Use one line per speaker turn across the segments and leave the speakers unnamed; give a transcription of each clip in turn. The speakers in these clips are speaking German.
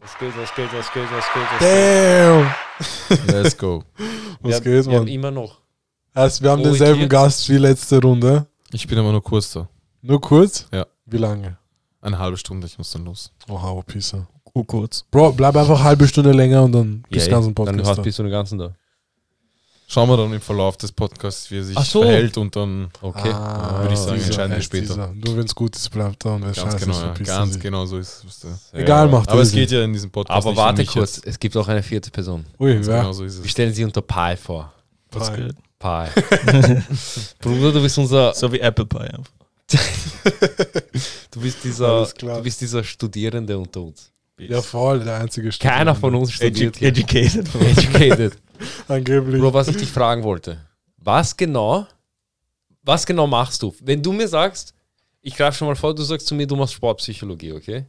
Was geht, was geht, was geht, was geht, was geht.
Damn!
Let's go.
Was
wir,
geht,
haben, wir haben
Mann?
immer noch.
Also, wir haben
Ruhe
denselben
hier.
Gast wie letzte Runde.
Ich bin aber nur kurz da.
Nur kurz?
Ja.
Wie lange?
Eine halbe Stunde, ich muss dann los.
Oha, oh, Pisa.
Oh, kurz.
Bro, bleib einfach halbe Stunde länger und dann
Ja,
bist du ganzen
dann hast,
Podcast da.
bist du den ganzen da.
Schauen wir dann im Verlauf des Podcasts, wie er sich
Ach so.
verhält und dann
Okay.
Ah,
würde ich sagen,
dieser,
entscheiden wir
echt
später.
dieser. Nur wenn es gut ist, bleibt da und wenn es
ganz
scheiße
genau,
ist,
ja,
verpisst
ganz
sich.
genau so ist es. wisst ihr.
Egal, macht
Aber es
Sinn.
geht ja in diesem Podcast.
Aber
nicht um
warte
mich
kurz,
jetzt.
es gibt auch eine vierte Person.
Ui,
Ganz
wer?
genau so ist
Wir
es.
stellen sie unter Pi vor.
Was geht?
Pi. Bruder, du bist unser,
So wie Apple Pie. einfach.
du bist dieser,
Alles klar.
du bist dieser Studierende unter uns.
Ja, voll, der einzige
Keiner von uns
Edu
studiert hier.
educated.
Educated.
Angeblich.
Bro, was ich dich fragen wollte. Was genau, was genau machst du? Wenn du mir sagst, ich greife schon mal vor, du sagst zu mir, du machst Sportpsychologie, okay?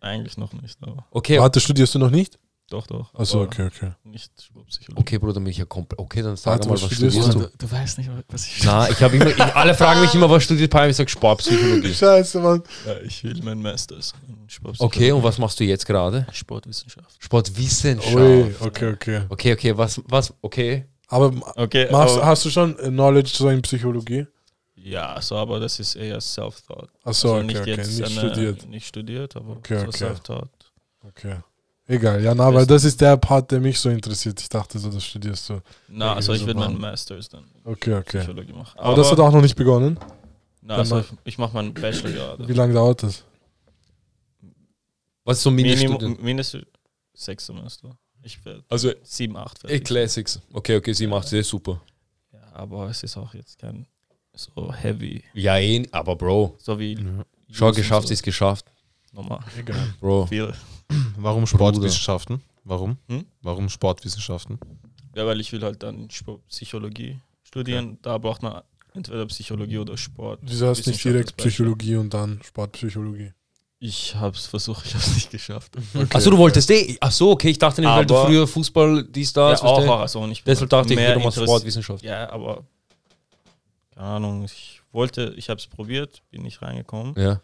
Eigentlich noch nicht, aber
Okay,
Warte, studierst du noch nicht?
doch, doch.
Achso,
Aber
okay, okay.
Nicht Sportpsychologie.
okay, Bruder, mich ja komplett. Okay, dann sag
Warte,
mal,
was
was
studierst
studierst du?
weißt nicht, was ich
Na, ich habe immer, ich, alle fragen mich immer, was studiert Palm, ich sage Sportpsychologie.
Scheiße, Mann.
Ja, ich will meinen Masters in Sportpsychologie.
Okay, und was machst du jetzt gerade?
Sportwissenschaft.
Sportwissenschaft.
Ui, okay, okay.
Okay, okay, was, was, okay.
Aber
Okay,
machst,
aber,
hast du schon äh, Knowledge so in Psychologie?
ja, so, aber das ist eher Self-Taught.
Achso,
also
okay,
nicht
okay.
jetzt ne.
Nicht
eine,
studiert.
Nicht studiert, aber
Okay,
so
okay.
Self-Taught.
Okay. Egal, ja, na, weil das ist der Part, der mich so interessiert. Ich dachte so, das studierst du.
Na,
Okay,
also ich
so
will meinen
machen.
Masters dann in
Okay, okay.
Psychologie machen.
Aber das hat auch noch nicht begonnen.
na, also
dann
ich, ich mache meinen Bachelor
Wie
gerade.
lange dauert das?
Was ist so Ministudien?
Minimum, mindestens sechs Semester. Ich werde
Also,
sieben, acht
eh,
fertig.
Classics. Okay, okay, sie macht sehr super.
Ja, aber es ist auch jetzt kein so heavy.
Ja, eh, aber Bro.
So wie. Ja.
Schon geschafft ist geschafft.
Normal.
Egal.
Bro.
Viel.
Warum Sportwissenschaften? Warum?
Hm?
Warum Sportwissenschaften?
Ja, weil ich will halt dann Sp- Psychologie studieren. Da braucht man entweder Psychologie oder Sport.
Wieso hast du nicht
Wissenschaft
direkt
als Beispiel.
Psychologie und dann Sportpsychologie?
Ich hab's versucht, ich hab's nicht geschafft.
Okay.
Achso, du wolltest eh. Achso, okay, ich dachte nämlich, weil du
Aber-
früher Fußball, dies, das,
ja, auch,
versteh?
auch, also und ich bin
Deshalb
halt
dachte ich,
mehr
du machst
interess-
Sportwissenschaft.
Ja, aber keine Ahnung, ich wollte, ich hab's probiert, bin nicht reingekommen.
Ja,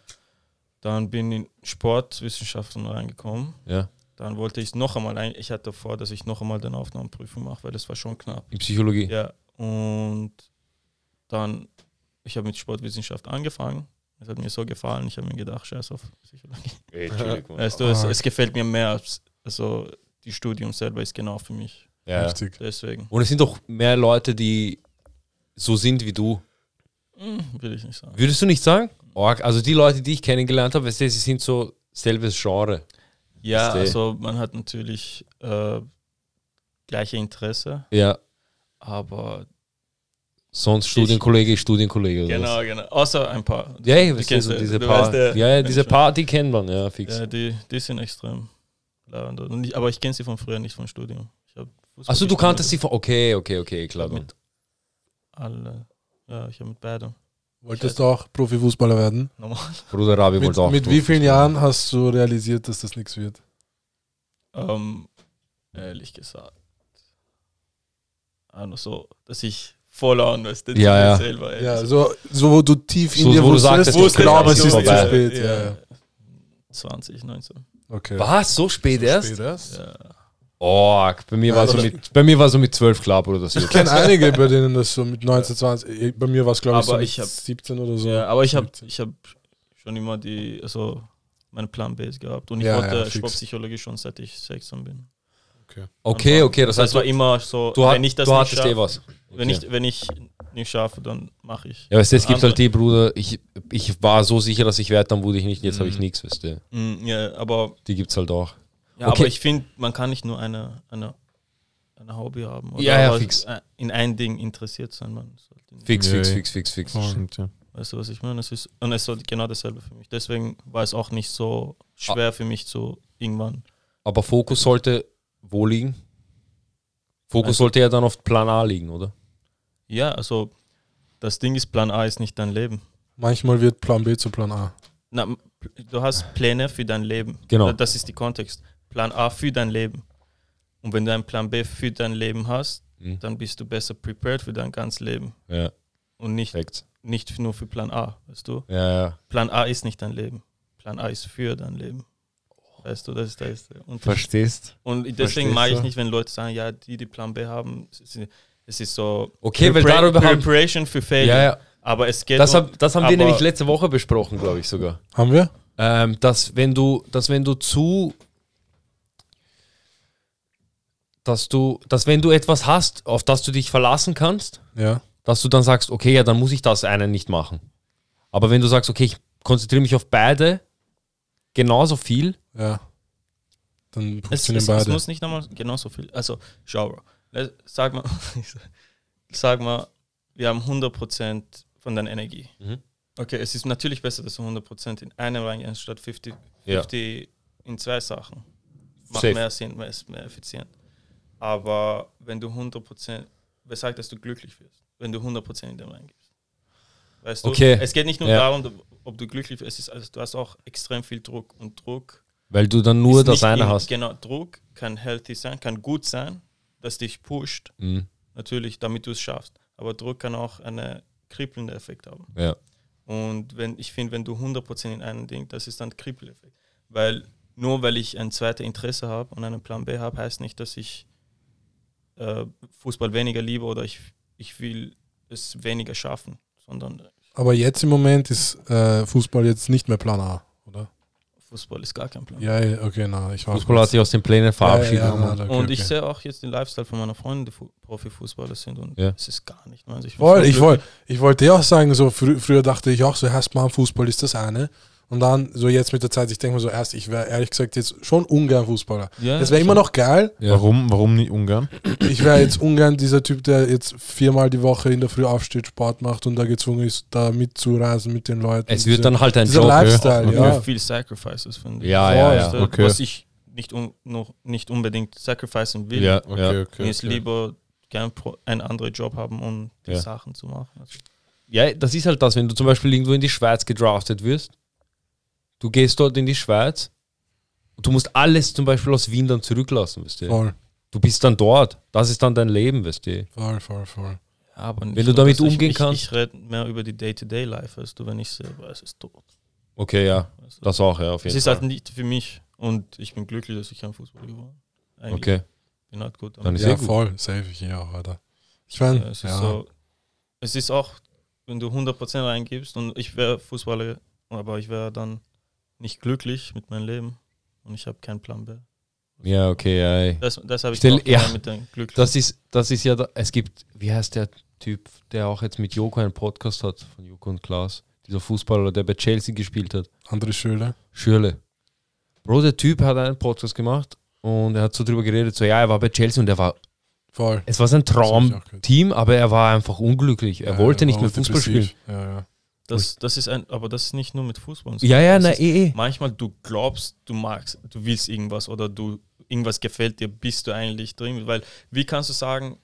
Dann bin in Sportwissenschaften reingekommen.
ja.
Dann wollte ich noch einmal, ein- ich hatte vor, dass ich noch einmal den Aufnahmeprüfung mache, weil das war schon knapp.
In Psychologie.
Ja, und dann, ich habe mit Sportwissenschaft angefangen. Es hat mir so gefallen, ich habe mir gedacht, scheiß auf Psychologie. Weißt du, es,
Ah.
es gefällt mir mehr, als, also die Studium selber ist genau für mich.
Ja.
Heftig.
Deswegen
Und es sind doch mehr Leute, die so sind wie du.
hm, will ich nicht sagen.
Würdest du nicht sagen? Org. Also die Leute, die ich kennengelernt habe, weißt du, sie sind so selbes Genre.
Ja,
Verstehe.
also man hat natürlich äh, gleiche Interesse,
Ja.
aber
Sonst Studienkollege, Studienkollege oder
genau,
was.
genau. Außer ein paar.
Ja, ich
Du
weiß
kennst
so
den-
diese
du
Paar.
weißt, der-
ja, ja, diese
Mensch,
Paar, die kennt man, ja, fix.
Ja, die, die sind extrem. leidend. Und ich, aber ich kenne sie von früher nicht vom Studium. Ich hab Fußball
Achso, du
gespielt.
kanntest sie von. Okay, okay, okay, klar.
Mit Alle. Ja, ich habe mit beiden.
Wolltest du auch Profifußballer werden?
Bruder Rabi
Mit,
wollte auch.
mit
du-
wie vielen Jahren hast du realisiert, dass das nichts wird?
Ähm, ehrlich gesagt. Ah, nur so, dass ich voll an, weißt du,
Ja, ja.
selber. ey.
Ja, so, so wo du tief in
So,
dir
wo du
wusstest,
sagtest,
ich
okay,
glaube,
es
es genau ist zu
vorbei.
spät. Ja, ja.
20, 19.
Okay.
Was? So spät erst?
Spät erst?
Ja.
Org. Bei mir
Ja,
war so
aber-
mit, bei mir war so mit 12 klar, Bruder. Das
Ich kenne einige, bei denen das so mit 19, 20, eh, bei mir war es glaube ich so
Aber
mit
ich hab-
17 oder so.
ja, aber ich habe
17.
ich hab schon immer die, also meinen Plan B gehabt. Und ich
Ja,
wollte
ja, fix.
Sportpsychologie schon seit ich 16 bin.
okay, okay, das
Das heißt,
heißt,
war
du,
immer so,
du, hat,
wenn ich das
du
nicht
hattest eh
schaffe,
was.
wenn,
Okay.
ich, Also- wenn ich nicht schaffe, dann mache ich.
Ja, weißt du, es gibt
Andere-
halt die, Bruder, ich, ich war so sicher, dass ich werde, dann wurde ich nicht, jetzt habe ich
Mhm.
nichts, weißt du.
Mm, ja, aber,
Die gibt's halt auch.
ja,
Okay.
aber ich finde, man kann nicht nur eine, eine, eine Hobby haben. Oder
Ja, ja,
aber äh,
fix.
In ein Ding interessiert sein. Man sollte nicht-
Fix,
Ja,
fix,
ja.
fix, fix, fix.
Das stimmt, ja.
Weißt du, was ich meine? Es ist, und es ist genau dasselbe für mich. Deswegen war es auch nicht so
Ah.
schwer für mich zu irgendwann.
Aber Fokus sollte wo liegen? Fokus
Also-
sollte ja dann auf Plan A liegen, oder?
Ja, also das Ding ist, Plan A ist nicht dein Leben.
Manchmal wird Plan B zu Plan A.
Na, m- du hast Pläne für dein Leben.
Genau.
Das ist die Kontext. Plan A für dein Leben. Und wenn du einen Plan B für dein Leben hast,
Mhm.
dann bist du besser prepared für dein ganzes Leben.
Ja,
Und nicht,
perfekt.
nicht nur für Plan A, weißt du?
Ja, ja.
Plan A ist nicht dein Leben. Plan A ist für dein Leben. Weißt du, das ist, das ist der Unterschied.
Verstehst?
Und deswegen
Verstehst
mag ich
du?
nicht, wenn Leute sagen, ja, die, die Plan B haben, es ist- es ist so
Okay, weil
Prepar-
darüber haben.
Preparation für Failure.
Ja, ja.
Aber es geht
Das,
um,
hab, das haben wir
aber-
nämlich letzte Woche besprochen, glaube ich sogar.
Haben wir?
Ähm, dass wenn du, dass wenn du zu, dass du, dass wenn du etwas hast, auf das du dich verlassen kannst,
Ja.
dass du dann sagst, okay, ja, dann muss ich das eine nicht machen. Aber wenn du sagst, okay, ich konzentriere mich auf beide genauso viel,
Ja. Dann
es,
funktionieren
es, es
beide.
muss nicht nochmal genauso viel. Also, schau, Bro. Ne, Sag mal, sag mal, wir haben 100% von deiner Energie.
Mhm.
Okay, es ist natürlich besser, dass du 100% in einem reingehst, statt 50,
Ja.
50 in zwei Sachen. Macht
Safe.
mehr Sinn, weil es mehr effizient. Aber wenn du 100%, wer sagt, dass du glücklich wirst, wenn du 100% in dem reingibst? Weißt du,
Okay.
es geht nicht nur
Ja.
darum, ob du glücklich wirst, es ist, also, du hast auch extrem viel Druck und Druck
weil du dann nur
ist
das
nicht
eine
immer-
hast.
Genau, Druck kann healthy sein, kann gut sein, dass dich pusht,
Mhm.
natürlich, damit du es schaffst. Aber Druck kann auch einen kribbelnden Effekt haben.
Ja.
Und wenn ich finde, wenn du 100% in einem Ding, das ist dann Kribbeleffekt. Weil nur weil ich ein zweites Interesse habe und einen Plan B habe, heißt nicht, dass ich äh, Fußball weniger liebe oder ich, ich will es weniger schaffen, sondern
Aber jetzt im Moment ist äh, Fußball jetzt nicht mehr Plan A, oder?
Fußball ist gar kein Plan.
Ja, ja, okay, na, ich war.
Fußball hat halt sich aus den Plänen verabschiedet.
Ja, ja, na, okay,
und ich
okay.
sehe auch jetzt den Lifestyle von meiner Freundin, die Fu- Profifußballer sind und
Ja.
es ist gar nicht. meins. Ich bin
Voll,
so
ich,
glücklich.
woll, ich wollte ja auch sagen, so frü früher dachte ich auch so, erst mal Fußball ist das eine. Und dann, so jetzt mit der Zeit, ich denke mir so, erst, ich wäre ehrlich gesagt jetzt schon ungern Fußballer.
Ja,
Es wäre immer noch geil.
Ja.
Warum, warum nicht Ungarn?
Ich wäre jetzt ungern dieser Typ, der jetzt viermal die Woche in der Früh aufsteht, Sport macht und da gezwungen ist, da mitzureisen mit den Leuten.
Es wird
Diese-
dann halt ein
dieser
Job.
Lifestyle,
Okay.
ja.
viel Sacrifices, finde ich.
Ja,
ja,
ja,
Weißt du,
okay.
Was ich nicht, un noch nicht unbedingt sacrificen will.
ja, ja.
Okay, okay.
Mir ist
okay.
lieber gern pro- einen anderen Job haben, um die
Ja.
Sachen zu machen. Also,
ja, das ist halt das, wenn du zum Beispiel irgendwo in die Schweiz gedraftet wirst, du gehst dort in die Schweiz und du musst alles zum Beispiel aus Wien dann zurücklassen, weißt du?
Voll,
Du bist dann dort, das ist dann dein Leben, weißt du?
voll, voll, voll.
aber nicht
du
so,
damit
dass ich-
umgehen
ich,
kannst.
Ich rede mehr über die Day-to-Day-Life, weißt du, wenn ich sehe, boah, es ist tot.
Okay, ja,
Weißt du.
das auch, ja, auf
Es
jeden
ist
Fall.
halt nicht für mich und ich bin glücklich, dass ich kein Fußball geworden bin. Eigentlich
okay,
bin halt gut. damit.
dann ist
Ja,
eh gut.
voll, safe ich hier auch, Alter. Ich meine,
Ja, es, ist
ja,
So, es ist auch, wenn du 100% reingibst und ich wäre Fußballer, aber ich wäre dann nicht glücklich mit meinem Leben und ich habe keinen Plan B.
Ja, okay, ja. Ey.
Das, das habe ich
Stell-
auch
ja.
gemeint mit dem Glück.
Das ist, das ist ja, da, es gibt, wie heißt der Typ, der auch jetzt mit Joko einen Podcast hat, von Joko und Klaas, dieser Fußballer, der bei Chelsea gespielt hat,
andere Schüler.
Schürle. Bro, der Typ hat einen Podcast gemacht und er hat so drüber geredet, so, ja, er war bei Chelsea und er war,
Voll.
es war sein
Das hab ich
Traum,
auch gehört.
Team, aber er war einfach unglücklich. Er
Ja,
wollte
ja,
nicht
war
mehr
auch
Fußball
depressiv.
spielen.
Ja, ja.
das, das ist ein, aber das ist nicht nur mit Fußball. und so.
Ja, ja,
Das
na,
ist-
eh, eh.
Manchmal du glaubst, du magst, du willst irgendwas oder du irgendwas gefällt dir, bist du eigentlich drin. Weil wie kannst du sagen,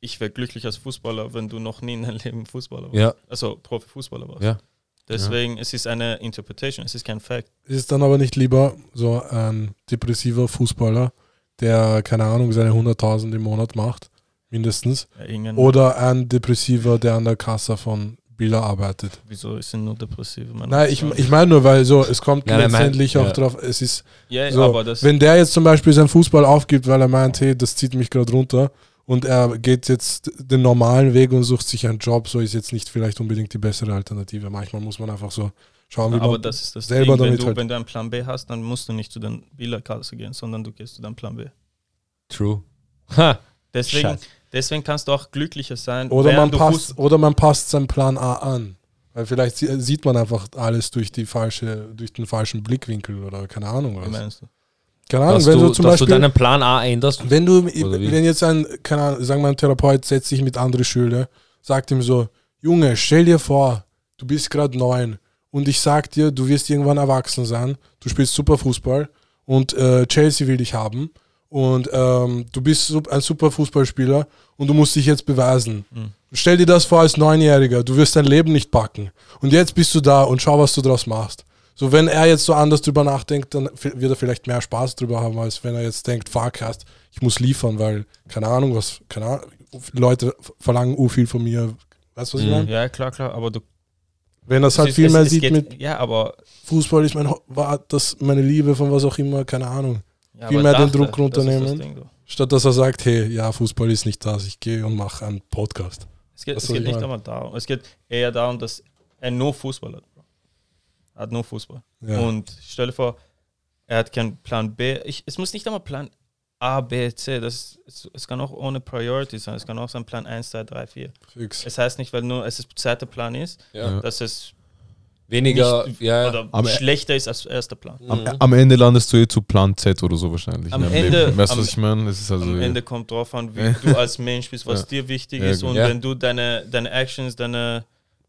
ich wäre glücklich als Fußballer, wenn du noch nie in deinem Leben Fußballer warst?
Ja,
Also Profifußballer warst.
Ja.
Deswegen, es ist eine Interpretation, es ist kein Fact.
Ist es dann aber nicht lieber so ein depressiver Fußballer, der, keine Ahnung, seine 100.000 im Monat macht, mindestens,
Ja,
Mhm.
irgendein-
oder ein depressiver, der an der Kasse von Billa arbeitet?
Wieso es sind nur depressive Männer?
Nein, ich, ich meine nur, weil so, es kommt
Ja, nein, mein-
letztendlich auch
ja.
drauf, es ist
ja,
so,
aber das
wenn der jetzt zum Beispiel seinen Fußball aufgibt, weil er meint, hey, das zieht mich gerade runter und er geht jetzt den normalen Weg und sucht sich einen Job, so ist jetzt nicht vielleicht unbedingt die bessere Alternative. Manchmal muss man einfach so schauen, wie
aber
man
das ist das
selber
Ding. Wenn
damit
du,
halt-
wenn du einen Plan B hast, dann musst du nicht zu den Villa-Kasse gehen, sondern du gehst zu deinem Plan B.
true. Ha,
Deswegen,
Scheiße.
deswegen kannst du auch glücklicher sein.
Oder man,
während du
passt,
Fuß-
oder man passt seinen Plan A an. Weil vielleicht sie- sieht man einfach alles durch, die falsche, durch den falschen Blickwinkel oder keine Ahnung
Wie
was.
meinst du?
Keine Ahnung,
dass
wenn
du,
du, zum
dass du
Beispiel,
deinen Plan A änderst.
wenn du,
Oder wie?
wenn jetzt ein, keine Ahnung, sagen wir ein Therapeut setzt sich mit anderen Schülern, sagt ihm so, Junge, stell dir vor, du bist gerade neun und ich sag dir, du wirst irgendwann erwachsen sein, du spielst super Fußball und äh, Chelsea will dich haben und ähm, du bist sup- ein super Fußballspieler und du musst dich jetzt beweisen.
Hm.
Stell dir das vor als Neunjähriger, du wirst dein Leben nicht packen. Und jetzt bist du da und schau, was du draus machst. So, wenn er jetzt so anders drüber nachdenkt, dann f- wird er vielleicht mehr Spaß drüber haben, als wenn er jetzt denkt, fuck, hast, ich muss liefern, weil, keine Ahnung, was, keine Ahnung, Leute verlangen u viel von mir. Weißt du, was ich meine?
Ja, klar, klar, aber du
Wenn das halt
Mhm. Es-
viel
es-
mehr
es
sieht
geht-
mit
Ja, aber.
Fußball ist mein, Ho- war das meine Liebe von was auch immer, keine Ahnung.
Ja,
Viel
aber
mehr den
dachte,
Druck
das ist
runternehmen.
Ding, so.
Statt dass er sagt, hey, ja, Fußball ist nicht das, ich gehe und mache einen Podcast.
Es geht,
Was
es
soll
geht
ich
nicht
machen?
einmal darum. Es geht eher darum, dass er nur Fußball hat. Bro. Er hat nur Fußball.
Ja.
Und stell dir vor, er hat keinen Plan B. Ich, es muss nicht einmal Plan A, B, C. Das, es, es kann auch ohne Priority sein. Es kann auch sein Plan 1, 2, 3, 4.
Fix.
Es heißt nicht, weil nur es ist zweiter Plan ist,
Ja.
dass es
Weniger,
Nicht-
ja.
oder
Aber-
schlechter ist als erster Plan.
Am, am Ende landest du eh zu Plan Z oder so wahrscheinlich.
Am
in deinem
Ende-
Leben. Weißt du,
am-
was ich meine? Es ist also.
Am Ende kommt drauf an, wie du als Mensch bist, was
Ja.
dir wichtig
Ja,
ist.
gut.
Und
Ja.
wenn du deine, deine Actions, deine,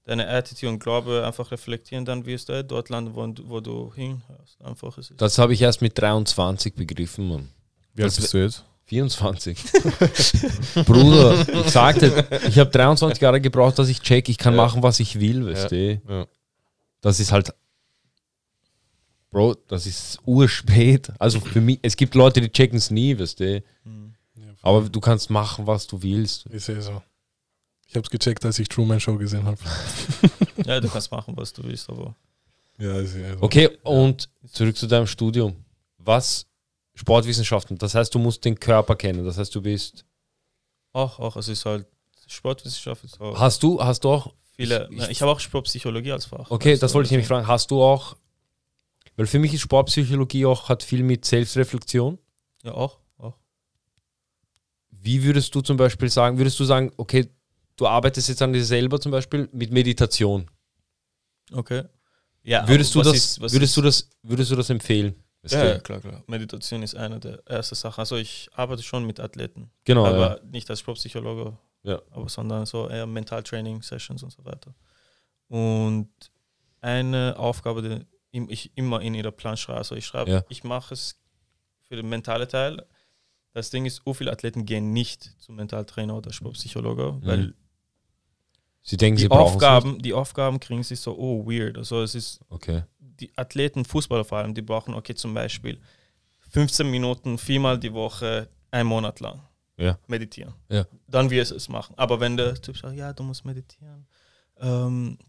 deine Attitude und Glaube einfach reflektieren, dann wirst du eh dort landen, wo, du- wo du hinhörst. Einfach ist es.
Das habe ich erst mit 23 begriffen, Mann.
Wie alt
das-
bist du jetzt?
24. Bruder, ich sagte, ich habe 23 Jahre gebraucht, dass ich check, ich kann
Ja.
machen, was ich will, weißt du.
Ja.
Das ist halt, Bro, das ist urspät. Also für mich, es gibt Leute, die checken es nie, weißt du.
Mhm.
Aber du kannst machen, was du willst.
Ich sehe eh so. Ich habe es gecheckt, als ich Truman Show gesehen habe.
Ja, du kannst machen, was du willst, aber
Ja, ich sehe so.
Okay, und zurück zu deinem Studium. Was? Sportwissenschaften, das heißt, du musst den Körper kennen, das heißt, du bist.
auch, auch es ist halt Sportwissenschaft. Ist auch
Hast du, hast du auch
viele, ne,
ich-
ich, habe auch Sportpsychologie als Fach.
Okay,
Also,
das wollte ich nämlich
deswegen-
fragen. Hast du auch, weil für mich ist Sportpsychologie auch, hat viel mit Selbstreflexion.
Ja, auch. auch.
Wie würdest du zum Beispiel sagen, würdest du sagen, okay, du arbeitest jetzt an dir selber zum Beispiel mit Meditation.
Okay. Ja,
Würdest du
aber was
das,
ist- was
würdest
ist-
du das, würdest du das empfehlen?
Ja, ja,
Weißt du?
klar, klar. Meditation ist eine der ersten Sachen. Also ich arbeite schon mit Athleten.
Genau.
aber
Ja.
nicht als Sportpsychologe,
Ja.
aber sondern so eher Mental-Training-Sessions und so weiter. Und eine Aufgabe, die im- ich immer in ihrer Plan schreibe, also ich schreibe,
Ja.
ich mache es für den mentale Teil. Das Ding ist, so viele Athleten gehen nicht zum Mentaltrainer oder Sportpsychologe,
Mhm.
weil
Sie denken, sie
die
brauchen
Aufgaben, die Aufgaben kriegen sie so, oh, weird. Also es ist
Okay.
die Athleten, Fußballer vor allem, die brauchen, okay, zum Beispiel 15 Minuten viermal die Woche, ein Monat lang
Ja.
meditieren.
Ja.
Dann wir es es machen. Aber wenn der Typ sagt, ja, du musst meditieren, ähm,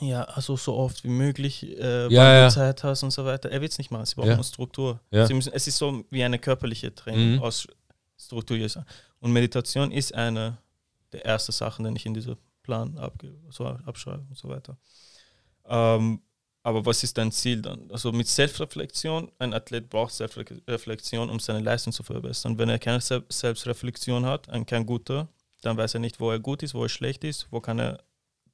ja, also so oft wie möglich, äh,
Ja,
wann
ja.
du Zeit hast und so weiter, er wird es nicht machen. Sie brauchen
Ja.
eine Struktur.
Ja.
Sie müssen, es ist so wie eine körperliche Training
Mhm.
aus Struktur. Und Meditation ist eine der ersten Sachen, die ich in diesem Plan abge so abschreibe und so weiter. Ähm, aber was ist dein Ziel dann? Also mit Selbstreflexion, ein Athlet braucht Selbstreflexion, um seine Leistung zu verbessern. Wenn er keine Sel- Selbstreflexion hat, ein kein guter, dann weiß er nicht, wo er gut ist, wo er schlecht ist, wo kann er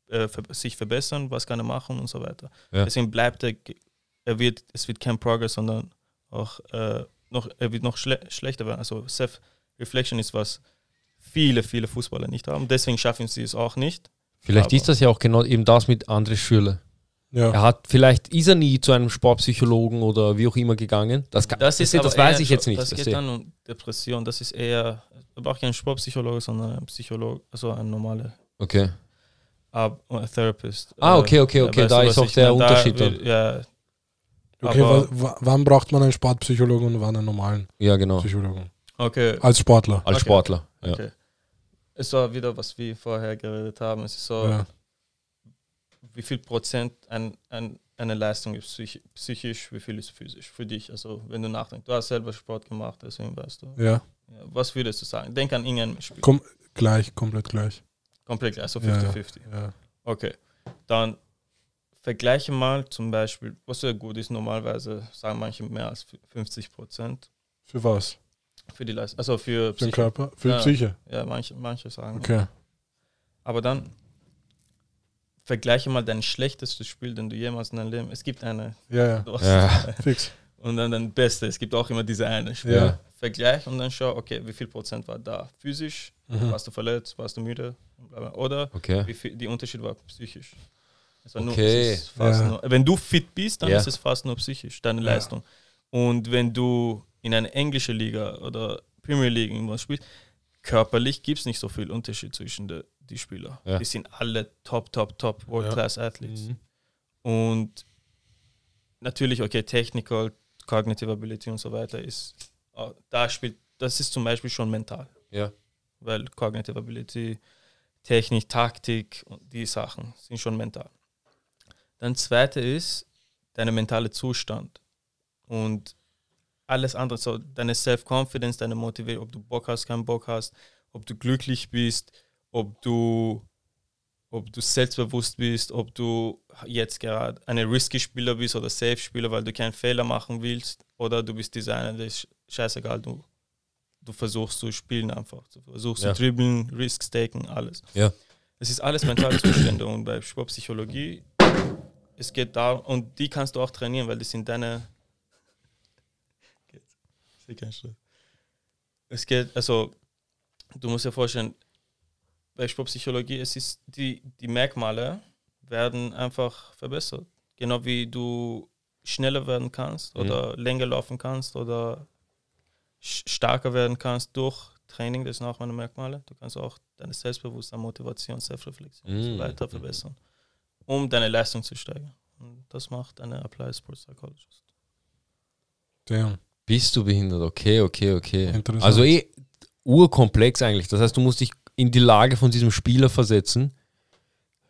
äh, ver sich verbessern, was kann er machen und so weiter.
Ja.
Deswegen bleibt er, ge- er wird, es wird kein Progress, sondern auch äh, noch, er wird noch schle schlechter werden. Also Self-Reflection ist was viele, viele Fußballer nicht haben. Deswegen schaffen sie es auch nicht.
Vielleicht
Aber-
ist das ja auch genau eben das mit André Schürle.
Ja.
Er hat vielleicht ist er nie zu einem Sportpsychologen oder wie auch immer gegangen. Das, kann, das,
aber
weiß
eher-
ich jetzt nicht.
Das
weißt
geht
du.
dann um Depression. Das ist eher, er braucht keinen Sportpsychologe, sondern ein Psychologe, also ein normaler
okay.
Ab äh, Therapist.
Ah,
Äh,
okay, okay,
ja,
okay.
weißt
Da ist
du, was
auch
ich
der
meine? Da
Unterschied.
wird-
Dann.
Ja,
Okay, wa
aber-
wa- wann braucht man einen Sportpsychologen und wann einen normalen
Ja, genau.
Psychologen?
okay.
Als Sportler.
Als
Okay,
Sportler. Ah, Ja.
okay. Es war wieder, was wir vorher geredet haben. Es ist so,
Ja.
wie viel Prozent an, an, eine Leistung ist psych psychisch, wie viel ist physisch für dich. Also, wenn du nachdenkst, du hast selber Sport gemacht, deswegen weißt du.
ja.
Ja, was würdest du sagen? Denk an irgendein Spiel.
Kom gleich, komplett gleich.
Komplett gleich, so
Ja, ja.
50-50.
Ja.
Okay, dann vergleiche mal zum Beispiel, was sehr gut ist, normalerweise sagen manche mehr als 50 Prozent
Für was?
für die Leistung, also
Für
für
den
Psycho.
Körper? Für
Ja.
die Psyche.
Ja, manche, manche sagen.
Okay.
Aber dann vergleiche mal dein schlechtestes Spiel, den du jemals in deinem Leben. Es gibt eine.
Ja, ja.
Du hast,
Ja.
Fix.
Und dann dein Beste. Es gibt auch immer diese eine Spiel.
Ja.
Vergleich und dann schau, okay, wie viel Prozent war da physisch?
Mhm.
Warst du verletzt? Warst du müde? Bla, bla. Oder
Okay.
wie viel, die Unterschied war psychisch. Also
Okay.
nur, es ist fast
Ja.
nur, wenn du fit bist, dann
Ja.
ist es fast nur psychisch, deine
Ja.
Leistung. Und wenn du in einer englischen Liga oder Premier League irgendwas spielst, körperlich gibt es nicht so viel Unterschied zwischen de, die Spieler.
Ja.
Die sind alle top, top, top World-Class-Athletes.
Mhm.
Und natürlich, okay, Technical, Cognitive Ability und so weiter ist, äh, da spielt, das ist zum Beispiel schon mental
Ja.
weil Cognitive Ability, Technik, Taktik und die Sachen sind schon mental. Dann zweite ist dein mentaler Zustand und alles andere, so deine Self-Confidence, deine Motivation, ob du Bock hast, keinen Bock hast, ob du glücklich bist, ob du, ob du selbstbewusst bist, ob du jetzt gerade ein risky Spieler bist oder safe Spieler, weil du keinen Fehler machen willst oder du bist Designer, das ist scheißegal, du, du versuchst zu spielen einfach, du versuchst
Ja.
zu dribbeln, Risks taken, alles.
Ja.
Es ist alles mentale Zustände und bei Sportpsychologie, es geht da und die kannst du auch trainieren, weil das sind deine. Geht's? Ich seh keinen Stress. Es geht, also, du musst dir vorstellen, bei Sportpsychologie, es ist die, die Merkmale werden einfach verbessert. Genau wie du schneller werden kannst
Mhm.
oder länger laufen kannst oder sch- starker werden kannst durch Training, das sind auch meine Merkmale. Du kannst auch deine Selbstbewusstsein, Motivation, Selbstreflexion und
Mhm.
so weiter verbessern, um deine Leistung zu steigern. Und das macht eine Applied Sports Psychologist.
Damn.
Bist du behindert? Okay, okay, okay.
Interessant.
Also eh urkomplex eigentlich. Das heißt, du musst dich in die Lage von diesem Spieler versetzen.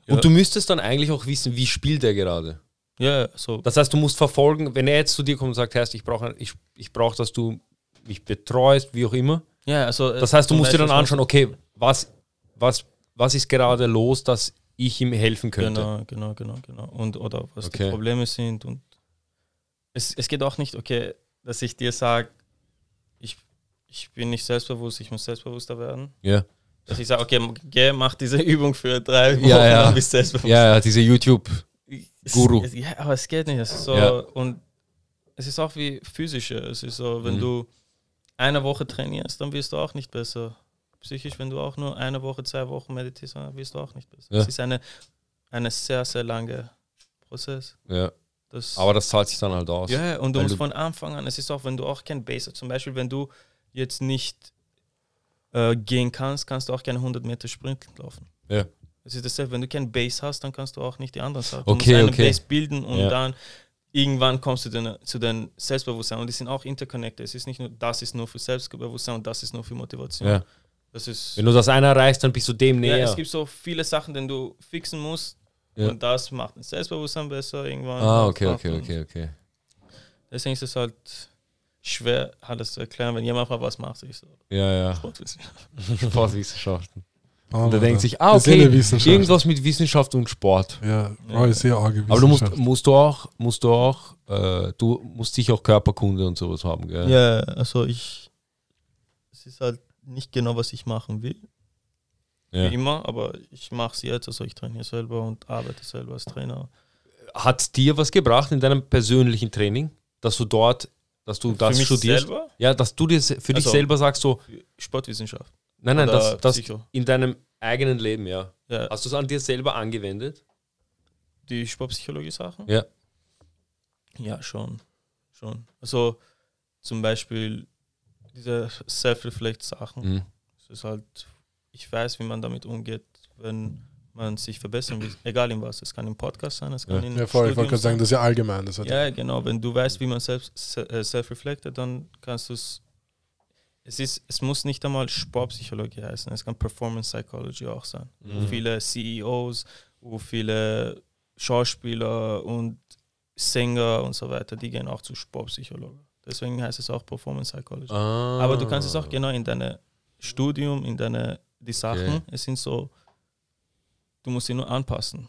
Ja.
Und du müsstest dann eigentlich auch wissen, wie spielt er gerade.
Ja, ja, so.
Das heißt, du musst verfolgen, wenn er jetzt zu dir kommt und sagt, Herr, ich brauche, ich, ich brauch, dass du mich betreust, wie auch immer.
Ja, also, äh,
Das heißt, du
zum
musst dir dann
Beispiel-
anschauen, okay, was, was, was ist gerade los, dass ich ihm helfen könnte.
Genau, genau, genau, genau. Und oder was
Okay.
die Probleme sind. Und es, es geht auch nicht, okay, dass ich dir sage, ich, ich bin nicht selbstbewusst, ich muss selbstbewusster werden.
Ja.
Dass ich sage, okay, m- geh, mach diese Übung für drei Wochen,
Ja, ja.
dann bist du selbstbewusst.
Ja, ja, diese YouTube-Guru.
Es- Es, ja, aber es geht nicht. Es ist so,
Ja.
Und es ist auch wie physische. Es ist so, wenn
Mhm.
du eine Woche trainierst, dann wirst du auch nicht besser. Psychisch, wenn du auch nur eine Woche, zwei Wochen meditierst, dann wirst du auch nicht besser.
Ja.
Es ist eine, eine sehr, sehr lange Prozess.
Ja.
Das
Aber das zahlt sich dann halt aus.
ja, ja, und du
Weil
musst
du-
von Anfang an, es ist auch, wenn du auch kein Basic, zum Beispiel, wenn du jetzt nicht äh, gehen kannst, kannst du auch keine 100 Meter Sprint laufen.
Ja.
Es ist dasselbe, wenn du kein Base hast, dann kannst du auch nicht die anderen Sachen.
Okay,
du musst
okay.
Base bilden und
Ja.
dann irgendwann kommst du dann zu deinem Selbstbewusstsein und die sind auch interconnected. Es ist nicht nur, das ist nur für Selbstbewusstsein und das ist nur für Motivation.
Ja.
Das ist,
Wenn du das eine erreichst, dann bist du dem
ja,
näher.
es gibt so viele Sachen, die du fixen musst
Ja.
und das macht das Selbstbewusstsein besser irgendwann.
ah, okay,
Und-
okay, okay, okay.
Deswegen ist es halt schwer, alles zu erklären, wenn jemand mal was macht. Ich so, oh,
Ja, ja.
Sportwissenschaft.
Sportwissenschaften.
Oh,
Und er
Mann,
denkt
Alter.
sich, ah,
Das ist eh
okay,
eine Wissenschaft.
irgendwas mit Wissenschaft und Sport.
Ja, Bro, ist eh sehr arge
Aber du musst,
Wissenschaft.
musst du auch, musst du auch, äh, du musst dich auch Körperkunde und sowas haben, gell?
Ja, also ich. Es ist halt nicht genau, was ich machen will,
Ja.
wie immer, aber ich mache es jetzt. Also ich trainiere selber und arbeite selber als Trainer.
Hat dir was gebracht in deinem persönlichen Training, dass du dort, dass du das
Für mich
studierst?
selber?
Ja, dass du dir se- für dich
Also-
selber sagst so,
Für Sportwissenschaft.
nein, nein,
Oder
das, das
Psycho.
in deinem eigenen Leben, ja.
Ja,
Hast du es an dir selber angewendet?
die Sportpsychologie-Sachen?
Ja.
Ja, schon. Schon. Also zum Beispiel diese Self-Reflect-Sachen.
Mhm.
Es ist halt, ich weiß, wie man damit umgeht, wenn man sich verbessern will. Egal in was. Es kann im Podcast sein, es kann in
Ja, voll, ich wollte
Studium
gerade sagen,
sein.
das ist ja allgemein. Das hat
Ja, genau. Wenn du weißt, wie man selbst se- äh, self-reflected, dann kannst du es. Es, ist, es muss nicht einmal Sportpsychologie heißen, es kann Performance Psychology auch sein. Wo
Mhm.
viele CEOs, wo viele Schauspieler und Sänger und so weiter, die gehen auch zu Sportpsychologen. Deswegen heißt es auch Performance Psychology.
Ah.
Aber du kannst es auch genau in deine Studium, in deine die Sachen.
Okay.
Es sind so, du musst sie nur anpassen.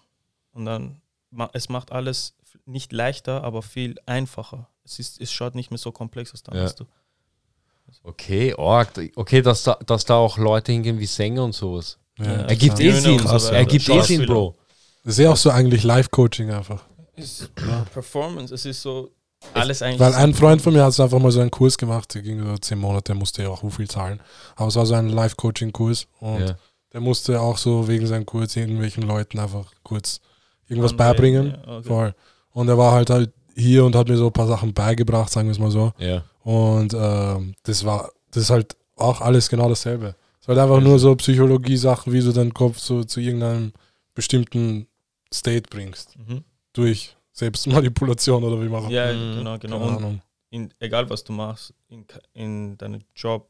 Und dann, ma- es macht alles f- nicht leichter, aber viel einfacher. Es, ist, es schaut nicht mehr so komplex aus. Dann
Ja.
hast du.
Okay, org. Okay, dass da, dass da auch Leute hingehen wie Sänger und sowas.
Ja.
Er gibt eh
Döner
Sinn.
und so weiter.
Er gibt eh Sinn,
Schauspieler.
Bro.
Das ist ja auch so eigentlich Live-Coaching einfach.
Performance, es ist so, alles eigentlich.
Weil ein Freund von mir hat einfach mal so einen Kurs gemacht, der ging über zehn Monate, der musste ja auch so viel zahlen. Aber es war so ein Live-Coaching-Kurs und
Ja.
der musste auch so wegen seinem Kurs irgendwelchen Leuten einfach kurz irgendwas
Andere-
beibringen.
ja, okay.
Voll. Und er war halt halt hier und hat mir so ein paar Sachen beigebracht, sagen wir es mal so.
Ja.
Und ähm, das war, das ist halt auch alles genau dasselbe. Es ist halt einfach nur so Psychologie-Sachen, wie du deinen Kopf so zu irgendeinem bestimmten State bringst.
Mhm.
Durch Selbstmanipulation oder wie man auch.
Ja,
Mhm.
genau, genau.
Keine
Und
Ahnung.
in, egal was du machst, in, in deinem Job,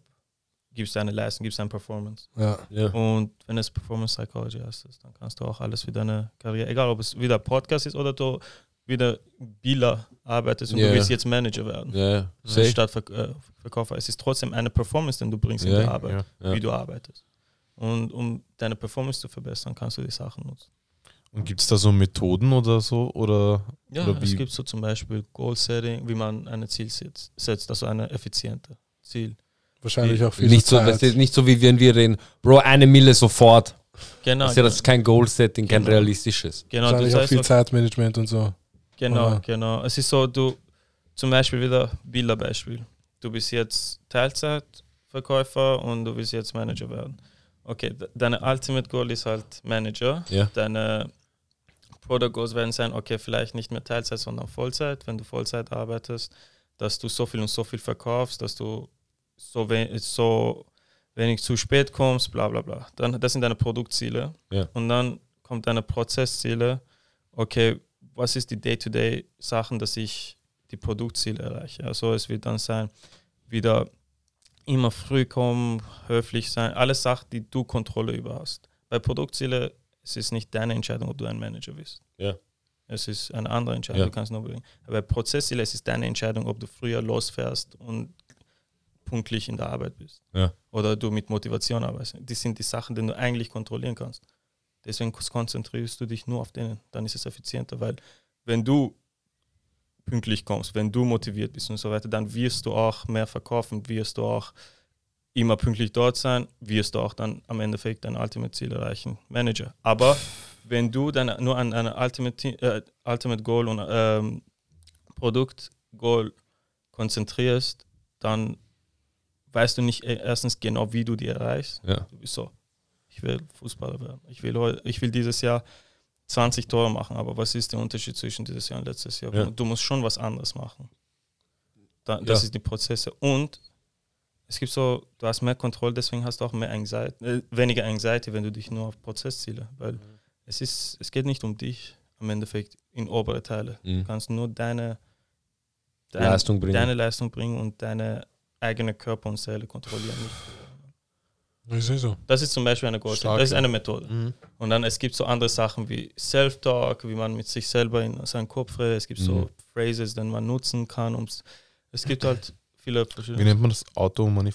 gibst deine Leistung, gibst deine Performance.
Ja.
Ja.
Und wenn es Performance Psychology heißt, ist, dann kannst du auch alles für deine Karriere, egal ob es wieder Podcast ist oder du wieder Bieler arbeitest und
Ja.
du willst jetzt Manager werden,
Ja, safe.
statt Verk äh, Verkäufer. Es ist trotzdem eine Performance, die du bringst
Ja,
in der Arbeit,
ja.
wie du arbeitest. Und um deine Performance zu verbessern, kannst du die Sachen nutzen.
Und gibt es da so Methoden oder so? Oder
Ja,
Oder
es
wie-
gibt so zum Beispiel Goal Setting, wie man ein Ziel setzt, setzt also eine effiziente Ziel.
Wahrscheinlich auch viel
Nicht so,
Zeit.
weißt du, nicht so, wie wenn wir reden, Bro, eine Mille sofort.
Genau,
Das ist ja das ist kein Goal-Setting, kein
Genau.
realistisches.
genau du
Wahrscheinlich auch
sagst
viel
auch-
Zeitmanagement und so.
Genau,
Oder-
genau. Es ist so, du, zum Beispiel wieder Bilderbeispiel. Du bist jetzt Teilzeitverkäufer und du willst jetzt Manager werden. Okay, de- deine Ultimate Goal ist halt Manager.
Ja.
Deine Product Goals werden sein, okay, vielleicht nicht mehr Teilzeit, sondern Vollzeit. Wenn du Vollzeit arbeitest, dass du so viel und so viel verkaufst, dass du so, we so wenig zu spät kommst, bla bla bla. Dann, das sind deine Produktziele.
Ja.
Und dann kommt deine Prozessziele. Okay, was ist die Day-to-Day-Sachen, dass ich die Produktziele erreiche? Also es wird dann sein, wieder immer früh kommen, höflich sein, alles Sachen, die du Kontrolle über hast. Bei Produktziele es ist nicht deine Entscheidung, ob du ein Manager bist.
Ja.
Es ist eine andere Entscheidung,
Ja.
du kannst nur bewegen. Aber bei Prozessziele es ist deine Entscheidung, ob du früher losfährst und pünktlich in der Arbeit bist.
Ja.
Oder du mit Motivation arbeitest. Das sind die Sachen, die du eigentlich kontrollieren kannst. Deswegen konzentrierst du dich nur auf denen. Dann ist es effizienter, weil wenn du pünktlich kommst, wenn du motiviert bist und so weiter, dann wirst du auch mehr verkaufen, wirst du auch immer pünktlich dort sein, wirst du auch dann am Endeffekt dein Ultimate Ziel erreichen, Manager. Aber wenn du dann nur an eine Ultimate, Ti- äh, Ultimate Goal und ähm, Produkt Goal konzentrierst, dann weißt du nicht äh, erstens genau, wie du die erreichst.
Ja.
Du bist so, ich will Fußballer werden. Ich will, heu- ich will dieses Jahr 20 Tore machen, aber was ist der Unterschied zwischen dieses Jahr und letztes Jahr?
Ja.
Du musst schon was anderes machen. Da, das
Ja.
ist die Prozesse. Und es gibt so, du hast mehr Kontrolle, deswegen hast du auch mehr Anxiety, äh, weniger Anxiety, wenn du dich nur auf Prozessziele, weil
Mhm.
es ist, es geht nicht um dich am Endeffekt in obere Teile. Du
Mhm.
kannst nur deine, deine
Leistung bringen.
deine Leistung bringen und deine eigene Körper und Seele kontrollieren. Nicht.
Das ist eh so.
Das ist zum Beispiel eine Gold.
Stark,
Das ist
ja.
eine Methode. Und dann es gibt so andere Sachen wie Self-Talk, wie man mit sich selber in seinen Kopf redet. Es gibt
Mhm.
so Phrases, die man nutzen kann. um's- es gibt halt viele
wie
verschiedene.
nennt man das Auto? Wie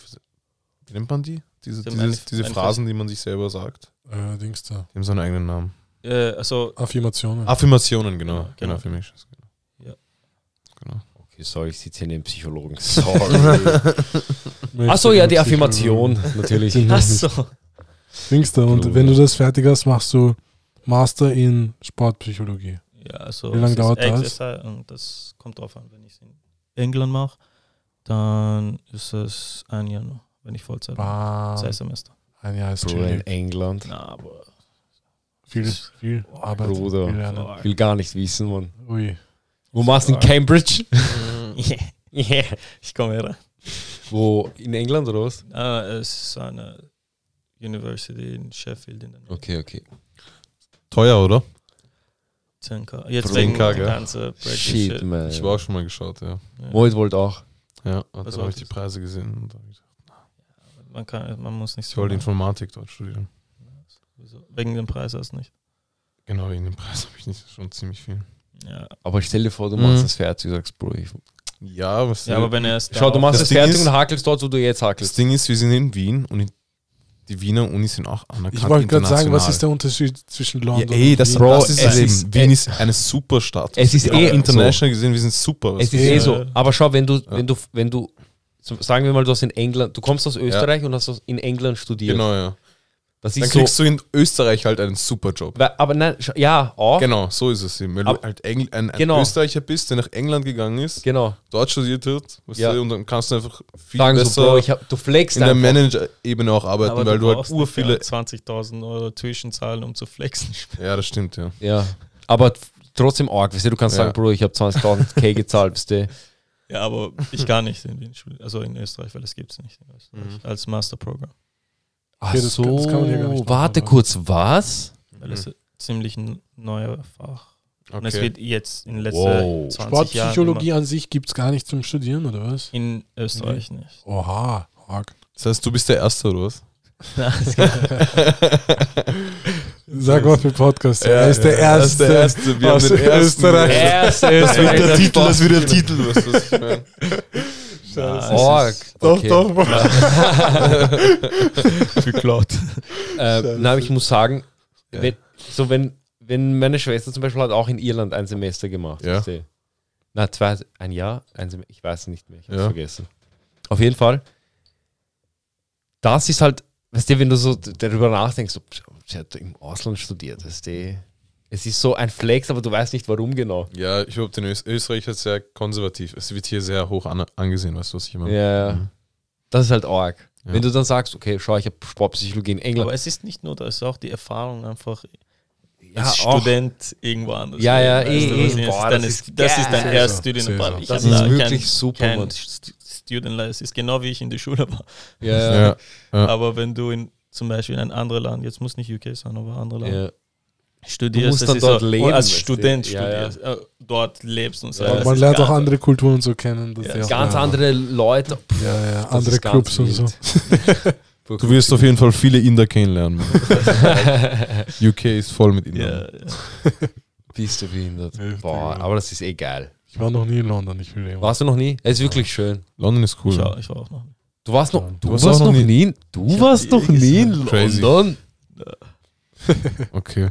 nennt man die? Diese,
Die
dieses,
Manif-
diese
Manifest-
Phrasen, die man sich selber sagt.
Äh, Dings da.
Die haben so einen eigenen Namen.
Äh, also,
Affirmationen.
Affirmationen, genau.
Genau,
Genau,
genau.
Affirmations. Genau.
Ja.
Genau.
Okay, sorry, ich sitze hier neben Psychologen. Sorry. Achso, ja, die Affirmation, natürlich.
Sind noch nicht
so.
Dings da. Und
Klug.
wenn du das fertig hast, machst du Master in Sportpsychologie.
Ja, also
Wie lange
es ist
dauert das?
Exercise Und das kommt drauf an, wenn ich es in England mache, dann ist es ein Jahr nur, wenn ich Vollzeit mache.
Bam.
Zwei Semester.
Ein Jahr ist
Bro, in
chillig.
England.
Na, aber
Viel, viel Arbeit.
Bruder.
Viel Lernen.
Ich will gar nicht wissen, Mann.
Ui.
Wo machst du in Cambridge?
Yeah,
Yeah.
ich komme her.
Wo? In England oder was?
Ah, es ist eine University in Sheffield in der Nähe.
Okay, okay.
Teuer, oder?
10K. Jetzt
Bro.
wegen
10K,
der
gell?
ganzen Brexit.
Shit, man.
Ich war auch schon mal geschaut, ja.
Ja.
Moid wollte auch.
Ja, und dann
Was
habe ich
soll's?
die Preise gesehen. Und da hab ich gesagt,
Man, kann, man muss nicht
ich wollte Informatik dort studieren.
Wieso? Wegen dem Preis erst nicht.
Genau, wegen dem Preis habe ich nicht schon ziemlich viel.
Ja,
Aber stell dir vor, du machst
Mhm.
das fertig und sagst, Bro, ich.
Ja, was
ja aber wenn er es
Schau, du machst
Das
das,
Ding
fertig
ist-
und hakelst dort, wo du jetzt
das
hakelst.
Ding ist, wir sind in Wien und in- die Wiener Unis sind auch anerkannt.
Ich wollte gerade sagen,
international.
was ist der Unterschied zwischen London
Ja, ey, das,
und
Bro,
das ist
es
es
ist-
eben. Wien
äh,
ist eine Superstadt.
es ist
Auch
eh
international gesehen, wir sind super.
Es
weißt du?
ist
Ja.
eh so. Aber schau, wenn du, wenn du, wenn du, so- sagen wir mal, du hast in England, du kommst aus Österreich und hast aus- in England studiert.
genau, ja.
Das
Dann
ist so.
kriegst du in Österreich halt einen super Job.
Weil- Aber nein, schau- ja, auch. Genau.
Genau, so ist es eben. Wenn
Aber-
du halt Engl ein, ein
Genau.
Österreicher bist, der nach England gegangen ist, dort studiert hat, weißt
Ja.
du, und dann kannst du einfach viel
Genau. Sagen
besser
so, Bro, ich hab, du flexst
in der
einfach.
Manager-Ebene auch arbeiten, weil du halt
brauchst
ur
nicht,
viele.
ja, 20.000 Euro Zwischenzahlen, um zu flexen.
Ja, das stimmt, ja.
Ja. Aber t- trotzdem arg, weißt du, du kannst
Ja.
sagen, Bro, ich habe 20.000 K gezahlt, weißt du.
Ja, aber ich kann nicht in Wien spielen. Also in Österreich, weil das gibt es nicht in Österreich. Als Masterprogramm.
Ach
das- das
so,
kann man hier gar nicht
warte
machen,
kurz, was?
Weil es ein ziemlich ein neuer Fach. Und es
Okay.
wird jetzt in den letzten
Wow.
20 Jahren.
Sportpsychologie an sich gibt es gar nicht zum Studieren, oder was?
immer- In Österreich nicht.
Oha, Arg.
Das heißt, du bist der Erste, oder was?
Sag mal für Podcast. er ist der
Er ist
Erste.
der Erste. Wir
aus
haben den Ersten.
Österreich.
Das wird der Titel, das wird der Titel. Weißt du, was ich meine?
Oh. Org.
Doch,
Okay.
doch.
Geklaut.
Äh, na, aber ich muss sagen,
Ja.
wenn, so wenn, wenn meine Schwester zum Beispiel hat auch in Irland ein Semester gemacht.
Ja.
wisst ihr. Na, zwei, ein Jahr, ein Semester, ich weiß nicht mehr, ich hab's
Ja.
vergessen. Auf jeden Fall, das ist halt, weißt du, wenn du so darüber nachdenkst, ob, ob sie hat im Ausland studiert, weißt du, es ist so ein Flex, aber du weißt nicht warum genau.
Ja, ich glaube, in Ös- Österreich ist sehr konservativ. Es wird hier sehr hoch an, angesehen, weißt du, was ich meine?
Ja, ja. das ist halt arg.
Mhm. Ja.
Wenn du dann sagst, okay, schau, ich habe Sportpsychologie in England.
Aber es ist nicht nur das, auch die Erfahrung einfach
Ja,
als
auch.
Student irgendwo anders.
Ja, ja,
Weißt
eh,
du,
eh.
was ich meine?
Boah,
dann
das
ist,
ist
das ist dein
geil.
erster
Sowieso.
Studienplan. Ich
Das
hab
ist
da
wirklich
kein,
super,
Kein
Mann.
St- Student Life. Es ist genau wie ich in der Schule war.
ja,
Ja.
Aber wenn du in zum Beispiel in ein anderes Land, jetzt muss nicht UK sein, aber ein anderes Land,
ja.
studierst,
Du musst
das
dann
ist
dort
so, oh,
leben,
als
weißt du.
Student
Ja, ja.
studierst, äh, dort lebst und so.
Ja,
Das
man
ist
lernt auch
ganz-
andere Kulturen so kennen. Das
Ja,
ist ja auch
Ganz
geil.
andere Leute.
Ja, ja,
Das
andere
ist ganz
Clubs und
wild.
so.
Du wirst auf jeden Fall viele Inder kennenlernen. Mann. UK ist voll mit
Ja,
Indern.
ja.
Bist du behindert?
Heftig,
Boah,
ja.
aber das ist eh geil.
Ich war noch nie in London. Ich will eh irgendwann.
Warst du noch nie? Es ist wirklich schön.
London ist cool.
Ich, war, ich war auch noch.
Du warst noch,
Ja.
du warst noch nie. Du
Ich
warst
hab
noch
nie
nie in
Crazy.
London.
Okay.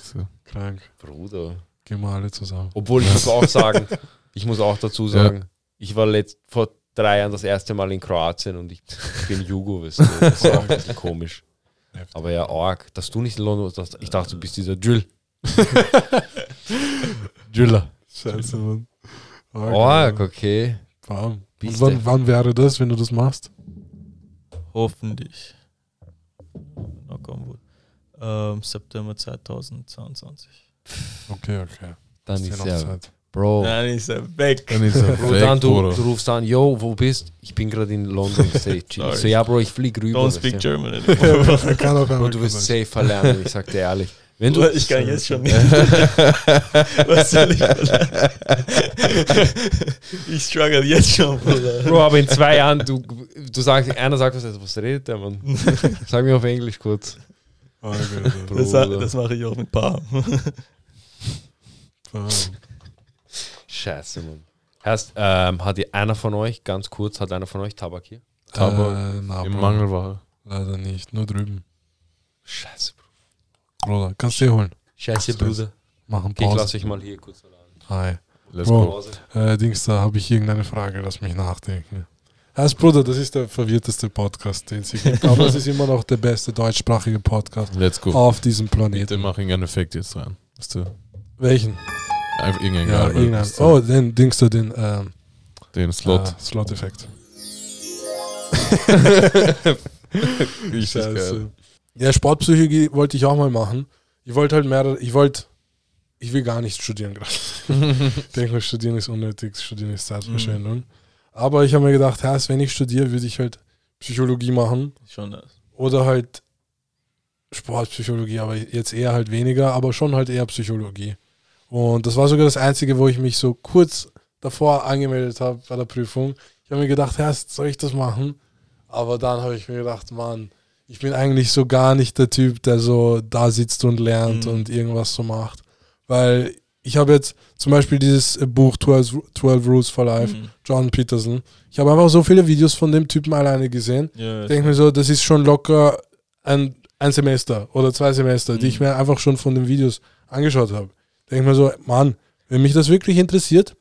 So.
Krank.
Bruder.
Gehen wir alle zusammen.
Obwohl, ich muss auch sagen, ich muss auch dazu sagen, ich war letzt, vor drei Jahren das erste Mal in Kroatien und ich bin Jugo, weißt du. Das war auch ein bisschen komisch.
Heftig.
Aber ja, arg, dass du nicht in London warst, dass- ich dachte, du bist dieser Drill. Driller.
Scheiße, Mann.
Arg, okay.
Bam. Und
Bist
wann,
du.
wann wäre das, wenn du das machst?
Hoffentlich. Knock on wood. Ähm, September 2022.
Okay, okay.
Dann
ja
ist
noch
ja,
Zeit.
Bro.
Oh. Dann ist er weg.
Dann ist er
Bro, dann
weg,
du,
Bruder.
du rufst an, yo, wo bist? Ich bin gerade in London, safe. chill. Ich so,
Sorry.
ja, Bro, ich flieg rüber.
Don't
weißt
speak
du.
German anymore.
Er kann auf
Bro,
einmal
du wirst
kommen.
safe verlernen, ich sag dir ehrlich. Wenn du,
ich kann jetzt schon nicht. Was soll ich verlangen? Ich struggle jetzt schon. Bruder.
Bro, aber in zwei Jahren, du, du sagst, einer sagt was, also, was redet der Mann? Sag mir auf Englisch kurz.
Arg, Alter.
Bro.
Das, ma- das mache ich auch mit Paar.
Bam.
Scheiße, Mann. Heißt, ähm, hat ihr einer von euch, ganz kurz, hat einer von euch Tabak hier?
Tabak
äh, na,
Im
Bro.
Mangelware.
Leider nicht, nur drüben.
Scheiße, Bro.
Bruder, kannst du dir holen.
Scheiße, Bruder.
Machen
Okay, ich
Pause.
lass euch mal hier kurz verladen.
Hi.
Let's
Bro.
go.
Pause.
Äh, Dings, da habe ich irgendeine Frage, lass mich nachdenken. Also, Bruder, das ist der verwirrteste Podcast, den es hier gibt. Aber es ist immer noch der beste deutschsprachige Podcast
Let's go.
auf diesem
Bitte
Planeten.
mach irgendeinen Effekt jetzt rein. Weißt du?
Welchen?
Einfach irgendeinen
Ja,
Garble,
irgendein.
weißt du?
Oh, den Dings da, den ähm,
Den Slot.
äh, Slot-Effekt.
Richtig geil.
Scheiße. Ja, Sportpsychologie wollte ich auch mal machen. Ich wollte halt mehrere, ich wollte, ich will gar nicht studieren gerade. ich denke mal, studieren ist unnötig, studieren ist
Mhm.
Zeitverschwendung. Aber ich habe mir gedacht, Herr, wenn ich studiere, würde ich halt Psychologie machen
Schon das.
oder halt Sportpsychologie, aber jetzt eher halt weniger, aber schon halt eher Psychologie. Und das war sogar das Einzige, wo ich mich so kurz davor angemeldet habe bei der Prüfung. Ich habe mir gedacht, Herr, soll ich das machen? Aber dann habe ich mir gedacht, Mann, ich bin eigentlich so gar nicht der Typ, der so da sitzt und lernt
Mhm.
und irgendwas so macht. Weil ich habe jetzt zum Beispiel dieses äh, Buch 12, Ru- 12 Rules for Life,
Mhm.
John Peterson. Ich habe einfach so viele Videos von dem Typen alleine gesehen
Ja,
ich denke mir so, das ist schon locker ein, ein Semester oder zwei Semester, die
Mhm.
ich mir einfach schon von den Videos angeschaut habe. Denke mir so, Mann, wenn mich das wirklich interessiert,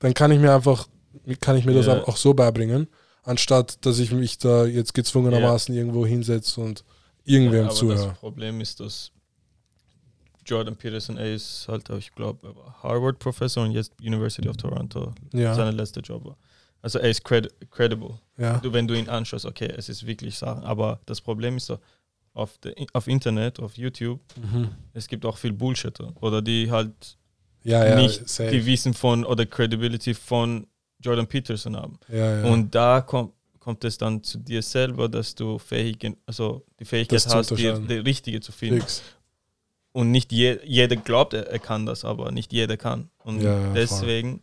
dann kann ich mir einfach, kann ich mir das
Ja.
auch so beibringen, anstatt dass ich mich da jetzt gezwungenermaßen irgendwo hinsetze und irgendwem
aber
zuhöre.
Das Problem ist, dass Jordan Peterson er ist halt, ich glaube, Harvard-Professor und jetzt University of Toronto
Ja,
sein letzter Job war. Also er ist cred credible.
ja.
Du, wenn du ihn anschaust, okay, es ist wirklich Sachen. Aber das Problem ist doch, auf, der, auf Internet, auf YouTube,
Mhm.
es gibt auch viel Bullshit. Oder die halt,
ja, ja,
nicht
safe.
die Wissen von oder Credibility von Jordan Peterson haben.
ja, ja.
Und da kommt kommt es dann zu dir selber, dass du fähig, gen- also die Fähigkeit
Das zu
hast, dir
unterscheiden.
die richtige zu finden.
Fix.
Und nicht je, jeder glaubt, er, er kann das, aber nicht jeder kann. Und
Ja, ja, voll.
deswegen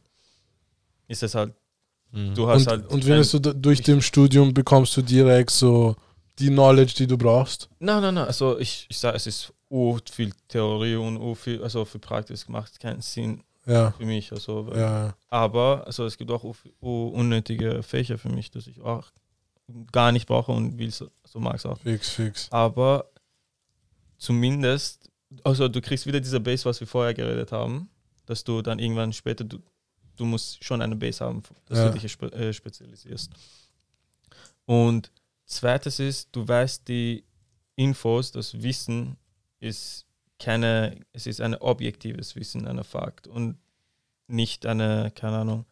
ist es halt
Mhm.
Du hast
Und,
halt.
und
ein-
findest du, da- durch dem Studium bekommst du direkt so die Knowledge, die du brauchst?
Nein, nein, nein. Also ich, ich sage, es ist u viel Theorie und u viel, also für Praxis macht keinen Sinn
Ja,
für mich. Also,
ja, ja.
Aber also es gibt auch u, u unnötige Fächer für mich, dass ich auch gar nicht brauche und will so, so mag es auch.
fix, fix.
Aber zumindest, also du kriegst wieder diese Base, was wir vorher geredet haben, dass du dann irgendwann später, du, du musst schon eine Base haben, dass
Ja.
du dich spe äh, spezialisierst. Und zweites ist, du weißt die Infos, das Wissen ist keine, es ist ein objektives Wissen, ein Fakt und nicht eine, keine Ahnung,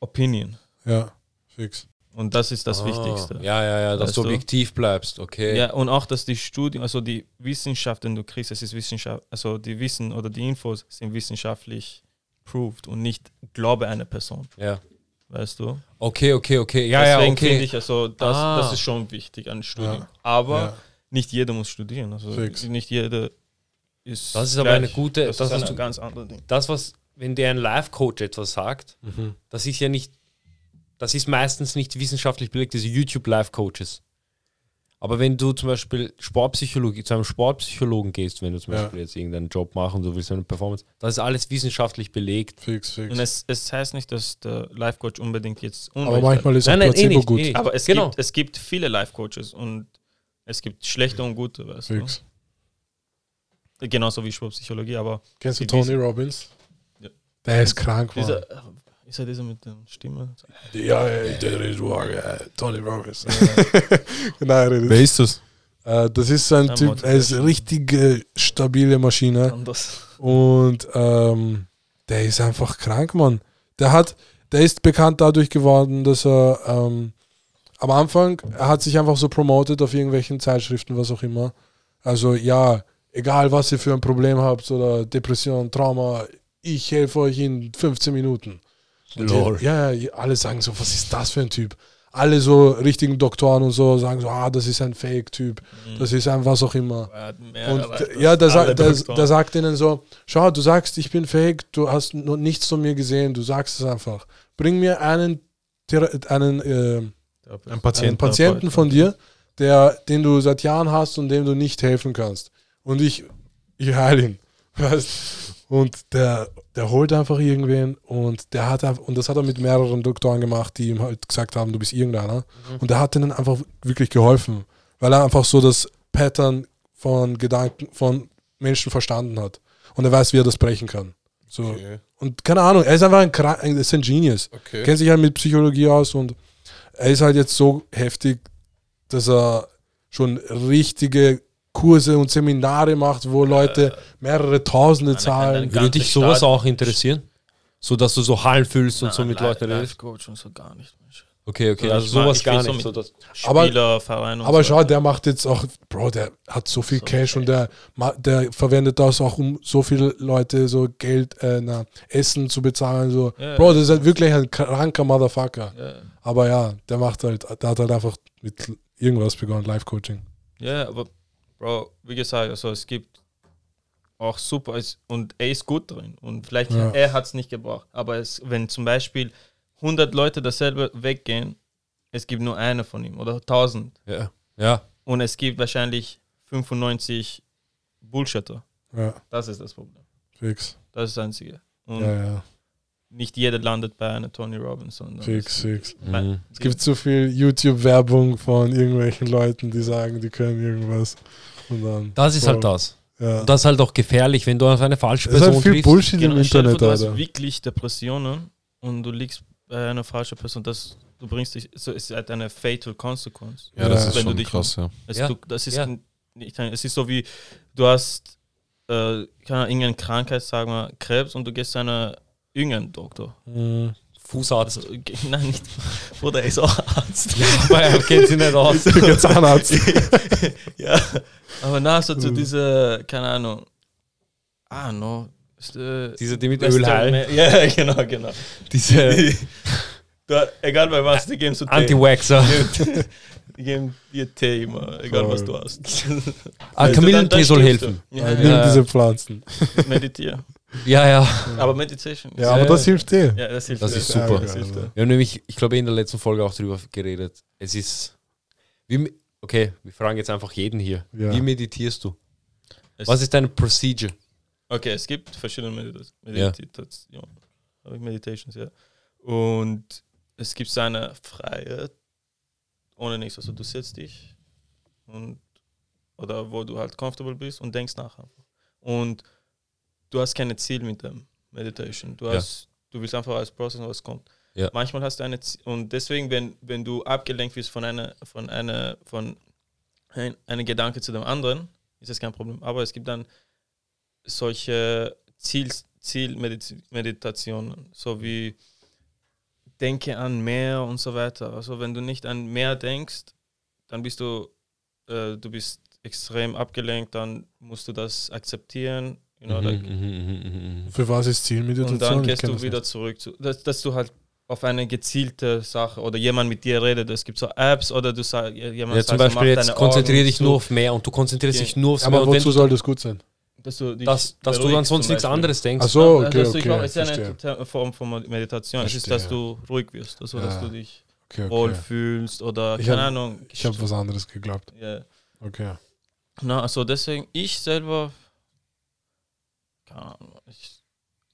Opinion.
Ja, fix.
Und das ist das
Ah,
Wichtigste.
Ja, ja, ja, dass
Weißt
du
du?
objektiv bleibst, okay.
Ja, und auch, dass die Studien, also die Wissenschaften, du kriegst, es ist Wissenschaft, also die Wissen oder die Infos sind wissenschaftlich proved und nicht Glaube einer Person,
Ja.
weißt du?
Okay, okay, okay. Ja, ja,
Deswegen
okay.
finde ich, also das,
Ah.
das ist schon wichtig an Studien.
Ja.
Aber
ja.
nicht jeder muss studieren, also
Fix.
nicht jeder ist.
Das ist aber eine gute-
Das,
das
ist
hast
ein
du-
ganz anderes Ding.
das, was, wenn dir ein Life-Coach etwas sagt,
Mhm.
das ist ja nicht, das ist meistens nicht wissenschaftlich belegt, diese YouTube-Life-Coaches. Aber wenn du zum Beispiel Sportpsychologie, zu einem Sportpsychologen gehst, wenn du zum
Ja.
Beispiel jetzt irgendeinen Job machen, du willst eine Performance, das ist alles wissenschaftlich belegt.
Fix, fix.
Und es, es heißt nicht, dass der Life Coach unbedingt jetzt
Aber
Unrecht hat.
manchmal ist auch
Nein, nein, eh
Placebo
nicht,
gut.
eh nicht.
Aber es,
Genau.
gibt, es gibt viele Life Coaches und es gibt schlechte und gute, weißt du?
Fix.
Genauso Genau wie Schwurbpsychologie, aber
Kennst du
Die
Tony Robbins?
Ja.
Der ist krank, Mann.
dieser, äh, ist er dieser mit der Stimme?
Ja, ja, der ist wahr, ja, Tony Robbins. Genau, er redet.
Wer ist das?
Äh, das ist so ein
Ein
Typ,
Motor.
er ist eine richtig äh, stabile Maschine
Anders.
und ähm, der ist einfach krank, Mann. Der hat, der ist bekannt dadurch geworden, dass er ähm, am Anfang, er hat sich einfach so promotet auf irgendwelchen Zeitschriften, was auch immer. Also ja, egal was ihr für ein Problem habt oder Depression, Trauma, ich helfe euch in 15 Minuten. Und
Lol.
die- Ja, ja, alle sagen so, was ist das für ein Typ? Alle so richtigen Doktoren und so sagen so, ah, das ist ein Fake-Typ,
Mhm.
das ist ein was auch immer.
Hm. Er hat mehr
Und
erreicht
d- ja,
als
der, sa
alle
der,
Doktoren.
der sagt ihnen so: Schau, du sagst, ich bin fake, du hast noch nichts von mir gesehen, du sagst es einfach. Bring mir einen, Thera- einen, äh,
Ein
einen
Patient-
Patienten von dir, der, den du seit Jahren hast und dem du nicht helfen kannst. Und ich, ich heile ihn. Weißt? Und der, der holt einfach irgendwen und der hat einfach, und das hat er mit mehreren Doktoren gemacht, die ihm halt gesagt haben, du bist irgendeiner. Und der hat ihnen einfach wirklich geholfen, weil er einfach so das Pattern von Gedanken von Menschen verstanden hat. Und er weiß, wie er das brechen kann. So. Und keine Ahnung, er ist einfach ein, Kra- ein, ist ein Genius
okay.
kennt sich halt mit Psychologie aus und er ist halt jetzt so heftig, dass er schon richtige Kurse und Seminare macht, wo Leute mehrere Tausende
anerkannte
zahlen.
Ga-
Würde dich sowas
Staaten-
auch interessieren? So dass du so Hallen füllst und
Nein,
so mit
Li-
Leuten
Life
redest?
Coach und so gar nicht. Mensch.
Okay, okay,
Ja,
also
ich mag-
sowas
ich
gar
will so
nicht. So
mit-
dass,
Aber-
Spieler, Verein und
Aber
so.
schau, der macht jetzt auch, Bro, der hat so viel
So,
Cash und
ey.
der, ma- der verwendet das auch, um so viele Leute so Geld, äh, na, Essen zu bezahlen. So.
Ja,
Bro,
ja.
das ist halt wirklich ein kranker Motherfucker.
Ja,
Aber ja, der macht halt, der hat halt einfach mit irgendwas begonnen, Live-Coaching.
ja, aber Bro, wie gesagt, also es gibt auch super es- und er ist gut drin und vielleicht
Ja.
er hat es nicht gebraucht, aber es, wenn zum Beispiel 100 Leute dasselbe weggehen, es gibt nur eine von ihm oder 1000,
ja, ja.
und es gibt wahrscheinlich 95 Bullshitter.
Ja,
Das ist das Problem.
fix.
Das ist das Einzige. Und
Ja, ja,
nicht jeder landet bei einer Tony Robbins, sondern
fix, fix.
Mhm.
Nein.
Es gibt zu viel YouTube-Werbung von irgendwelchen Leuten, die sagen, die können irgendwas. Und dann,
Das ist
Bro,
halt das.
ja.
Und das ist halt auch gefährlich, wenn du auf eine falsche
Es ist
Person
halt viel
triffst.
Bullshit
genau,
im
stell dir
Internet,
vor, du hast
Alter.
wirklich Depressionen und du liegst bei einer falschen Person, das, du bringst dich, so es ist halt eine fatal consequence.
Ja, das
Ja.
ist
Wenn du
schon
dich-
krass, ja.
Es,
Ja,
du, das ist
ja.
n- nicht, ein- es ist so wie, du hast äh, keine Ahnung, irgendeine Krankheit, sagen wir Krebs und du gehst zu einer irgendeinem Doktor.
Mhm.
Fußarzt.
Also, ge- nein, nicht. Oder er ist auch Arzt.
Aber er kennt sie nicht aus.
Der Zahnarzt.
ja. Aber na, so
Mhm.
zu dieser, keine Ahnung. Ah, no. Ist, äh,
Diese, die mit
Western
Öl heilen.
Ma- Ja, genau, genau.
Diese
Du, egal bei was, die geben so Tee.
Also
Anti-Waxer.
Die geben dir Tee immer, egal was du hast.
Ah,
Also dann- dann
Kamillentee soll
stirbst du.
helfen. Ah,
Äh,
Ja,
Nimm
ja,
diese Pflanzen.
meditier.
Ja, ja.
Aber Meditation.
Ja, aber das hilft dir.
ja das hilft.
Das
dir.
ist super.
Das hilft dir.
Wir haben nämlich, ich glaube, in der letzten Folge auch drüber geredet. Es ist. Wie, okay, wir fragen jetzt einfach jeden hier.
Ja.
Wie meditierst du?
Es-
Was ist deine Procedure?
Okay, es gibt verschiedene Medita- Meditations, ja. Habe ich Meditations, ja. Und es gibt so eine freie, ohne nichts. Also du setzt dich und oder wo du halt comfortable bist und denkst nach. einfach. Und du hast kein Ziel mit dem Meditation. Du
Ja.
hast, du willst einfach alles processen, was kommt.
Ja.
Manchmal hast du eine Ziel, und deswegen, wenn, wenn du abgelenkt bist von einer, von einer, von ein, einem Gedanke zu dem anderen, ist das kein Problem. Aber es gibt dann solche Ziel, Zielmeditationen, so wie denke an Meer und so weiter. Also wenn du nicht an Meer denkst, dann bist du, äh, du bist extrem abgelenkt, dann musst du das akzeptieren. You
Mhm.
know, da- mhm.
Für was ist Zielmeditation?
und dann
Ich
gehst
kenn
du
das
wieder
nicht.
zurück zu, dass, dass du halt auf eine gezielte Sache oder jemand mit dir redet. Es gibt so Apps oder du sagst, jemand
Ja, zum
sagt, so, mach
Beispiel jetzt
deine
konzentriere
Augen
dich
zu,
nur auf Meer und du konzentrierst
Ja.
dich nur aufs Meer.
Aber
Und wenn
wozu
du,
soll das gut sein?
dass du, dich
dass, dass du dann
beruhigst
sonst
zum
nichts
Beispiel.
anderes denkst.
Ach so,
Ja,
okay,
dass du, ich glaube,
okay.
es also ist eine
Verstehe.
Te- Form von Meditation. Es ist, dass du ruhig wirst, also dass
Ja.
du dich
Okay, okay.
wohlfühlst oder
Ich
keine
hab-
Ahnung.
Ich habe was anderes geglaubt.
Ja.
Okay.
Na, also deswegen, ich selber, keine Ahnung, ich,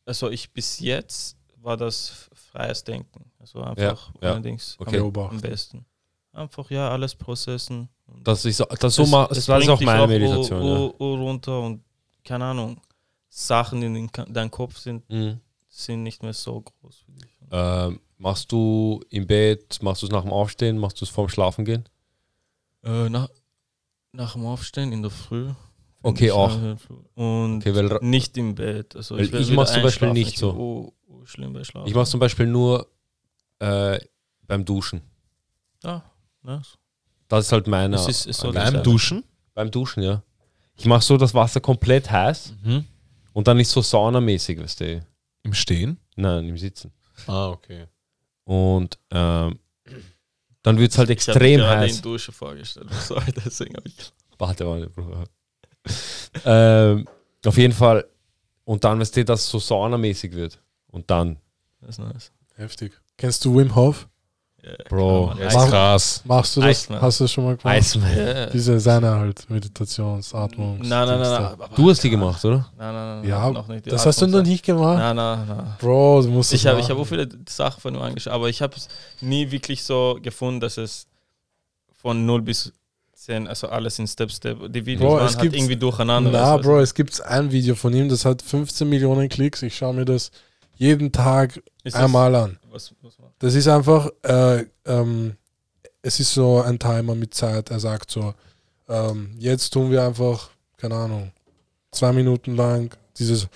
also ich bis jetzt war das freies Denken. Also einfach
ja.
allerdings
Okay.
Okay.
am
Beobacht.
besten. Einfach ja, alles processen. Und
Das ist, das so ma, das war
bringt
auch
dich
meine
auf Ur-
Meditation. ja.
Ur, Ur runter und keine Ahnung, Sachen die in den Ka- deinem Kopf sind,
Mhm.
sind nicht mehr so groß für dich.
Ähm, machst du im Bett, machst du es nach dem Aufstehen, machst du es vorm Schlafen gehen?
Äh, nach, nach dem Aufstehen in der Früh. Find
Okay,
ich
auch.
nach der Früh. Und
Okay, weil ra-
nicht im Bett. Also
Weil
werd
ich
wieder
mach's zum Beispiel
einschlafen.
nicht
ich
so.
bin Oh, oh, schlimm bei Schlafen.
ich mach's zum Beispiel nur äh, beim Duschen.
Nice.
Das ist halt meine.
Es ist- es sollte
meine-
sein.
Duschen?
beim Duschen, ja. Ich mach so das Wasser komplett heiß
Mhm.
und dann ist so saunamäßig, weißt du.
Im Stehen?
Nein, im Sitzen.
Ah, okay.
Und ähm, dann wird es halt
Ich hab
extrem
gerade
heiß.
in Dusche vorgestellt. Sorry, deswegen habe ich.
Warte mal, Bruder. ähm, auf jeden Fall. Und dann, weißt du, dass es so saunamäßig wird. Und dann,
Das ist nice.
Heftig. Kennst du Wim Hof?
Ja,
Bro,
klar,
ist
Mann.
Krass.
Machst du das?
Iceman.
Hast du das schon mal gemacht?
Eismann.
Ja.
Diese seine halt Meditationsatmung.
Nein, nein, nein, nein. aber-
Du hast die gemacht, oder?
Nein, nein, nein.
Ja,
noch nicht. Die
Das hast du noch
Atmungssache.
nicht gemacht?
Nein, nein, nein.
Bro, du musst
Ich
das
habe ich hab
machen.
auch viele Sachen von ihm angeschaut, aber ich habe es nie wirklich so gefunden, dass es von 0 bis 10, also alles in Step Step. Die Videos
Bro, es
waren halt
gibt-
irgendwie durcheinander.
Na,
weißt du,
Bro,
was-
es gibt ein Video von ihm, das hat 15 Millionen Klicks. Ich schaue mir das jeden Tag
Ist das-
einmal an.
Was, was war?
Das ist einfach, äh, ähm, es ist so ein Timer mit Zeit. Er sagt so, ähm, jetzt tun wir einfach, keine Ahnung, zwei Minuten lang dieses.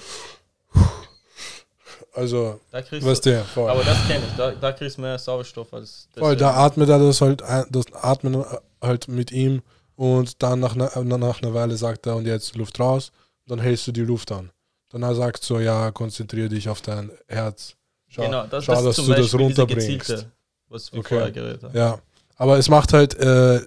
Also,
Da kriegst
weißt
du,
du, voll.
aber das kenne ich, da, da kriegst du mehr Sauerstoff als das. äh,
Voll, da atmet er das halt, ein- das atmen halt mit ihm und dann nach, einer- nach einer Weile sagt er, und jetzt Luft raus, dann hältst du die Luft an. Dann er sagt so, ja, konzentriere dich auf dein Herz. Schau,
genau, das,
schau
das ist
dass
zum
du das
Beispiel diese
runterbringst.
gezielte, Was wir
Okay.
vorher geredet haben.
Ja, aber es macht halt äh,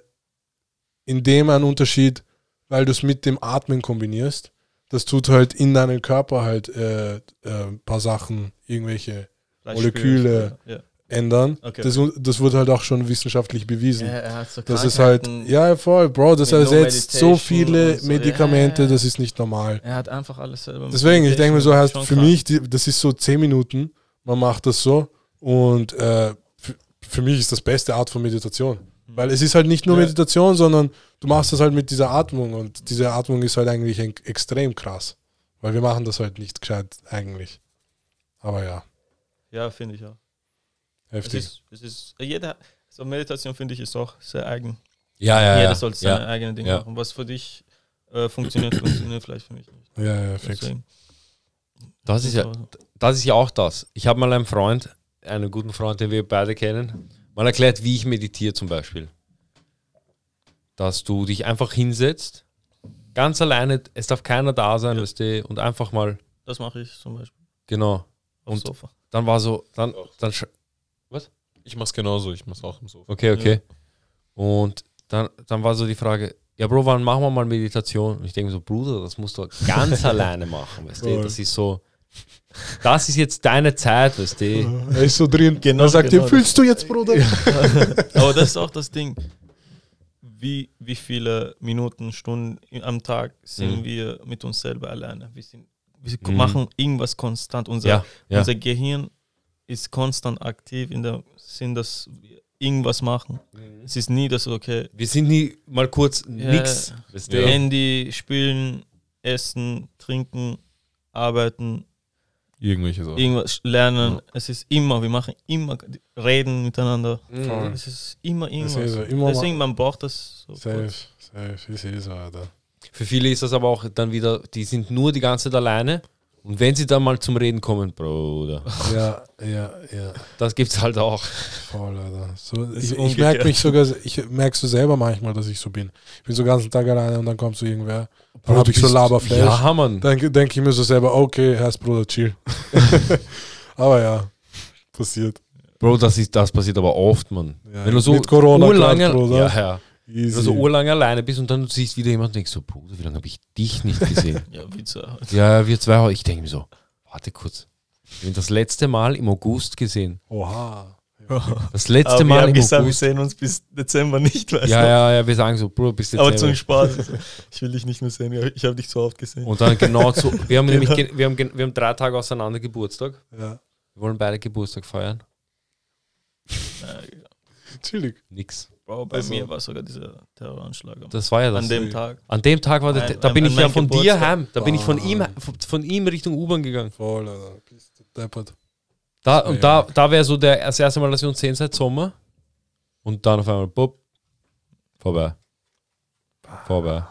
in dem einen Unterschied, weil du es mit dem Atmen kombinierst. Das tut halt in deinen Körper halt äh, äh, ein paar Sachen, irgendwelche
Vielleicht
Moleküle.
spürst du, Ja.
ändern.
Okay.
Das, das wurde halt auch schon wissenschaftlich bewiesen.
Ja, er hat so
Das ist halt,
Krankheiten.
ja voll, Bro, das
mit No
ersetzt so
Meditation
viele
und so,
Medikamente,
ja.
das ist nicht normal.
Er hat einfach alles selber.
Deswegen, ich
Meditation,
denke mir so, heißt
schon
für
krass.
mich, die, das ist so 10 Minuten, man macht das so und äh, für, für mich ist das beste Art von Meditation. Weil es ist halt nicht nur
Mhm. Ja.
Meditation, sondern du machst das halt mit dieser Atmung und diese Atmung ist halt eigentlich en- extrem krass. Weil wir machen das halt nicht gescheit eigentlich. Aber ja,
Ja, finde ich auch. Es
heftig.
ist, es ist, jeder, so Meditation finde ich ist auch sehr eigen.
Ja, Äh, ja,
Jeder sollte seine
ja.
eigenen Dinge
Ja.
machen. Was für dich äh, funktioniert, funktioniert vielleicht für mich nicht.
Ja, ja, fix.
Deswegen.
Das ist ja das ist ja auch das. Ich habe mal einen Freund, einen guten Freund, den wir beide kennen, mal erklärt, wie ich meditiere zum Beispiel. Dass du dich einfach hinsetzt, ganz alleine, es darf keiner da sein, weißt du, und einfach mal,
Das mache ich zum Beispiel
genau.
auf
Und-
Sofa.
Dann war so, dann, dann, sch-
Ich mach's genauso, ich mach's auch im Sofa.
okay, okay. Und dann, dann war so die Frage, ja, Bro, wann machen wir mal Meditation? Und ich denke so, Bruder, das musst du ganz alleine machen, weißt du,
Voll.
das ist so, das ist jetzt deine Zeit, weißt du.
Er ist so drin.
Genau,
Er sagt
genau
dir, fühlst du jetzt, Bruder?
Aber das ist auch das Ding. Wie, wie viele Minuten, Stunden i- am Tag sind
Mhm.
wir mit uns selber alleine? Wir, sind, wir
Mhm.
machen irgendwas konstant. Unser,
Ja, ja.
unser Gehirn ist konstant aktiv in dem Sinn, dass wir irgendwas machen. Es ist nie das, okay,
Wir sind nie mal kurz
Ja.
nix, weißt du.
Handy, spielen, essen, trinken, arbeiten,
Irgendwelche Sachen.
irgendwas lernen.
Ja.
Es ist immer, wir machen immer, reden miteinander.
Mhm.
Voll.
Es ist immer
Das
irgendwas.
ist eh so. Immer mal.
Deswegen, man braucht das so
Safe,
kurz.
safe, ist eh so, Alter.
Für viele ist das aber auch dann wieder, die sind nur die ganze Zeit alleine. Und wenn sie dann mal zum Reden kommen, Bruder,
Ja, ja, ja.
das gibt's halt auch.
Voll, Alter. So,
ist
ich ich
umgekehrt.
merke mich sogar, ich merke so selber manchmal, dass ich so bin. Ich bin so den ganzen Tag alleine und dann kommt so irgendwer. Dann hab ich so Laberflash.
Ja, Mann.
Dann denke ich mir so selber, okay, Herz, Bruder, chill. Aber ja, passiert.
Bro, das, ist, das passiert aber oft, Mann.
Ja,
Wenn du so
mit Corona
urlange,
grad, Bruder.
ja, ja. Wenn
Easy.
du Also so urlange alleine bist und dann siehst wieder jemanden und denkst so, Bruder, wie lange habe ich dich nicht gesehen?
Ja, wie zu
ja, wir zwei, ich denke mir so, warte kurz. Ich bin das letzte Mal im August gesehen.
Oha.
Das letzte Mal im August.
sehen uns bis Dezember nicht, weißt
Ja, ja, ja, wir sagen so, Bruder, bis jetzt.
Spaß. Ich will dich nicht mehr sehen. Ich habe dich so oft gesehen.
Und dann genau so. Wir haben nämlich, ge- wir haben, gen- wir haben drei Tage auseinander Geburtstag.
Ja.
Wir wollen beide Geburtstag feiern.
Chillig.
Nix.
Bro, bei
Also-
mir war sogar dieser Terroranschlag am-
Das war ja das.
an dem Tag.
An dem Tag war der,
An-
da bin
an
ich ja
meinem
von dir
Geburtstag.
heim. Da bin ich von
Ah.
ihm, von, von ihm Richtung U-Bahn gegangen.
Voll, Alter. Bist du deppert.
Da,
Ja.
und da, da wäre so der, das erste Mal, dass wir uns sehen seit Sommer. Und dann auf einmal, bupp, vorbei. Vorbei.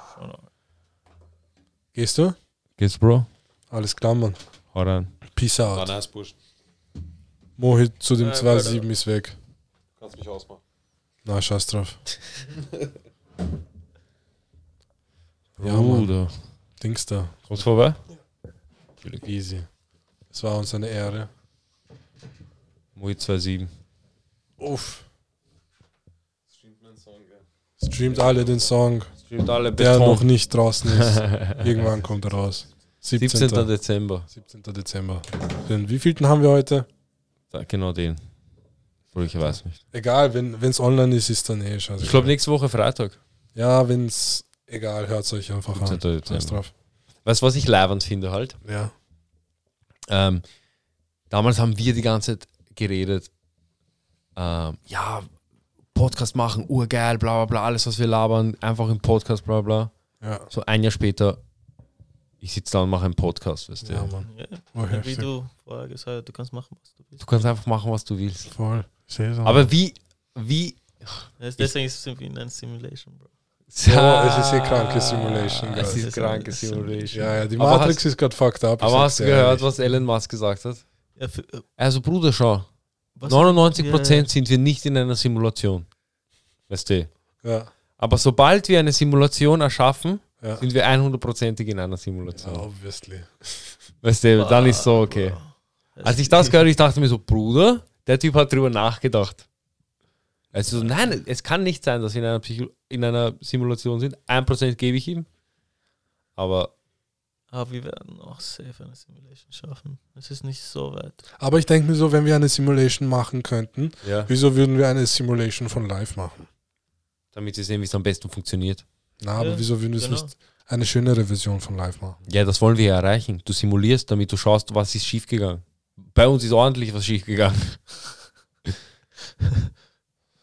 Gehst du?
Geht's, Bro?
Alles klar, Mann.
Hau rein.
Peace out. Mohit zu dem 2-7 ist weg.
Kannst mich ausmachen.
Na, scheiß drauf. ja, Mann.
Bruder.
Dings da.
Kommst vorbei?
Easy. Es war uns eine Ehre.
Moi 2,7.
Uff. Streamt alle den Song,
Streamt alle
der noch
Beton.
nicht draußen ist. Irgendwann kommt er raus. 17.
17.
17.
Dezember.
Dezember. Den wievielten haben wir heute?
Da, genau den. Obwohl, Ich weiß nicht.
Egal, wenn es online ist, ist dann eh scheiße.
Ich glaube, nächste Woche Freitag.
Ja, wenn's egal, hört euch einfach an.
17.
Scheiß
Dezember.
drauf.
Weißt du, was ich leibend finde halt?
Ja.
Ähm, damals haben wir die ganze Zeit geredet, ähm, ja, Podcast machen, urgeil, bla bla bla, alles, was wir labern, einfach im Podcast, bla bla.
Ja.
So ein Jahr später, ich sitze da und mache einen Podcast, weißt du.
Ja, Mann.
Ja,
Oh,
wie
heftig.
du vorher gesagt hast, du kannst machen, was du willst.
Du kannst einfach machen, was du willst.
Voll. Saison.
Aber wie, wie...
Das- Deswegen sind wir in einer Simulation, Bro.
Ja, es ist eh kranke Simulation,
Es
Guys.
ist kranke Simulation.
ja, ja, die
Aber
Matrix ist gerade fucked up. ich
Aber
sag's
hast
dir
du gehört,
ehrlich.
was Elon Musk gesagt hat?
Ja, für, äh,
Also Bruder, schau,
was
99% sind wir nicht in einer Simulation. Weißt du?
Ja.
Aber sobald wir eine Simulation erschaffen,
Ja.
sind wir 100%ig in einer
ja,
Simulation.
obviously.
Weißt du, dann ist so okay. Als ich das gehört, ich dachte mir so, Bruder, der Typ hat drüber nachgedacht. Also so, nein, es kann nicht sein, dass wir in einer, Psycho in einer Simulation sind. 1% gebe ich ihm. Aber
Aber Ah, wir werden auch safe eine Simulation schaffen. Es ist nicht so weit.
Aber ich denke mir so, wenn wir eine Simulation machen könnten,
ja.
wieso würden wir eine Simulation von live machen?
damit sie sehen, wie es am besten funktioniert.
Na, aber
Ja,
wieso würden wir es
genau.
nicht eine schönere Version von live machen?
Ja, das wollen wir ja erreichen. Du simulierst, damit du schaust, was ist schiefgegangen. Bei uns ist ordentlich was schiefgegangen.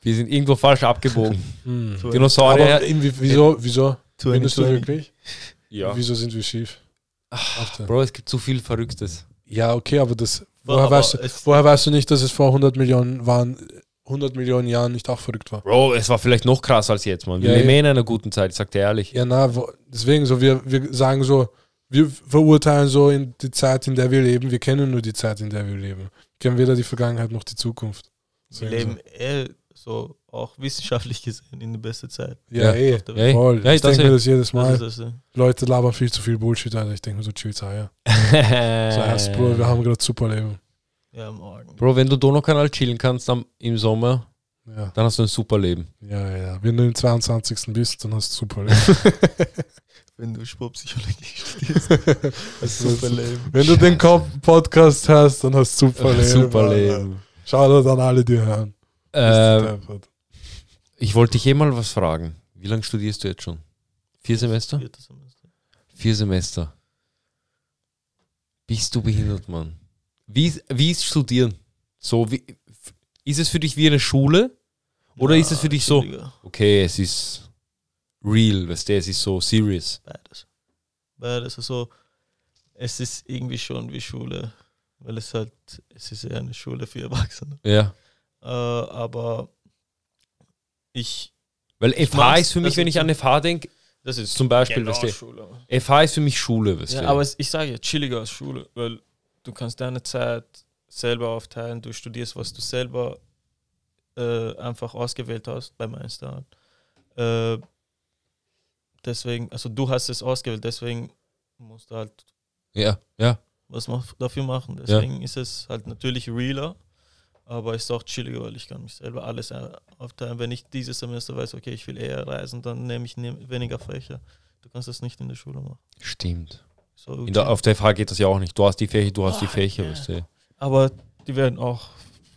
wir sind irgendwo falsch abgebogen.
Hm.
Dinosaurier.
Aber inwie- wieso, wieso? Findest du wirklich?
Ja. Ah,
Wieso sind wir schief? Ach,
Bro, es gibt zu viel Verrücktes.
Ja, okay, aber das.
Boah,
Woher,
aber
weißt du,
es-
woher weißt du nicht, dass es vor 100 Millionen waren, 100 Millionen Jahren nicht auch verrückt war?
Bro, es war vielleicht noch krasser als jetzt, Mann. Wir
Ja,
leben
ja.
eh in einer guten Zeit, ich sag dir ehrlich.
Ja, na, wo, deswegen so, wir, wir sagen so, wir verurteilen so in die Zeit, in der wir leben. Wir kennen nur die Zeit, in der wir leben. Wir kennen weder die Vergangenheit noch die Zukunft.
Wir
Deswegen
leben eh so, auch wissenschaftlich gesehen, in der besten Zeit.
So.
Ja.
Ja, eh.
Auf der
Ja,
Welt.
Voll.
Ja,
ich
das
denke mir
eh.
das jedes
Das ist also-
Mal.
das, ja.
Leute labern viel zu viel Bullshit, Alter. Ich denke mir so, chillt ja. So, erst, Bro, wir haben gerade super Leben.
ja, morgen.
Bro, wenn du Donaukanal chillen kannst am, im Sommer,
Ja,
dann hast du ein super Leben.
ja, ja. Wenn du im 22. bist, dann hast du super Leben.
wenn du Sportpsychologie studierst.
Das ist-
Super lame.
Wenn du den Kopf- Podcast hast, dann hast du super Leben.
Super
Alter.
Leben.
Schau dir an alle, die hören.
Äh, ich wollte dich eh mal was fragen. Wie lange studierst du jetzt schon? Vier Semester?
Viertes Semester.
Vier Semester. Bist du behindert, Mann? Wie, ist- wie ist Studieren? So, wie, f- ist es für dich wie eine Schule? Oder ist es für
Na,
dich so?
chilliger.
Okay, es ist real, weißt du, es ist so serious.
Beides. Beides. Also, es ist irgendwie schon wie Schule, weil es halt, es ist eher eine Schule für Erwachsene.
Ja.
Äh, aber ich,
Weil
Ich
FH
mag's,
ist für mich,
dass
wenn
du-
ich an FH denke,
das ist
zum Beispiel,
genau
weißt
Schule.
du, FH ist für mich Schule, weißt du.
Ja, aber es, ich sage ja, chilliger als Schule, weil du kannst deine Zeit selber aufteilen, du studierst, was du selber äh, einfach ausgewählt hast bei Meister. Äh, deswegen, also du hast es ausgewählt, deswegen musst du halt
ja, ja.
was man f- dafür machen. Deswegen ist es halt natürlich realer, aber es ist auch chilliger, weil ich kann mich selber alles äh, aufteilen. Wenn ich dieses Semester weiß, okay, ich will eher reisen, dann nehme ich ne weniger Fächer. Du kannst das nicht in der Schule machen.
Stimmt.
So,
In der, auf der FH geht das ja auch nicht. Du hast die Fächer, du hast die
Ah,
Fächer,
ja.
weißt du.
aber die werden auch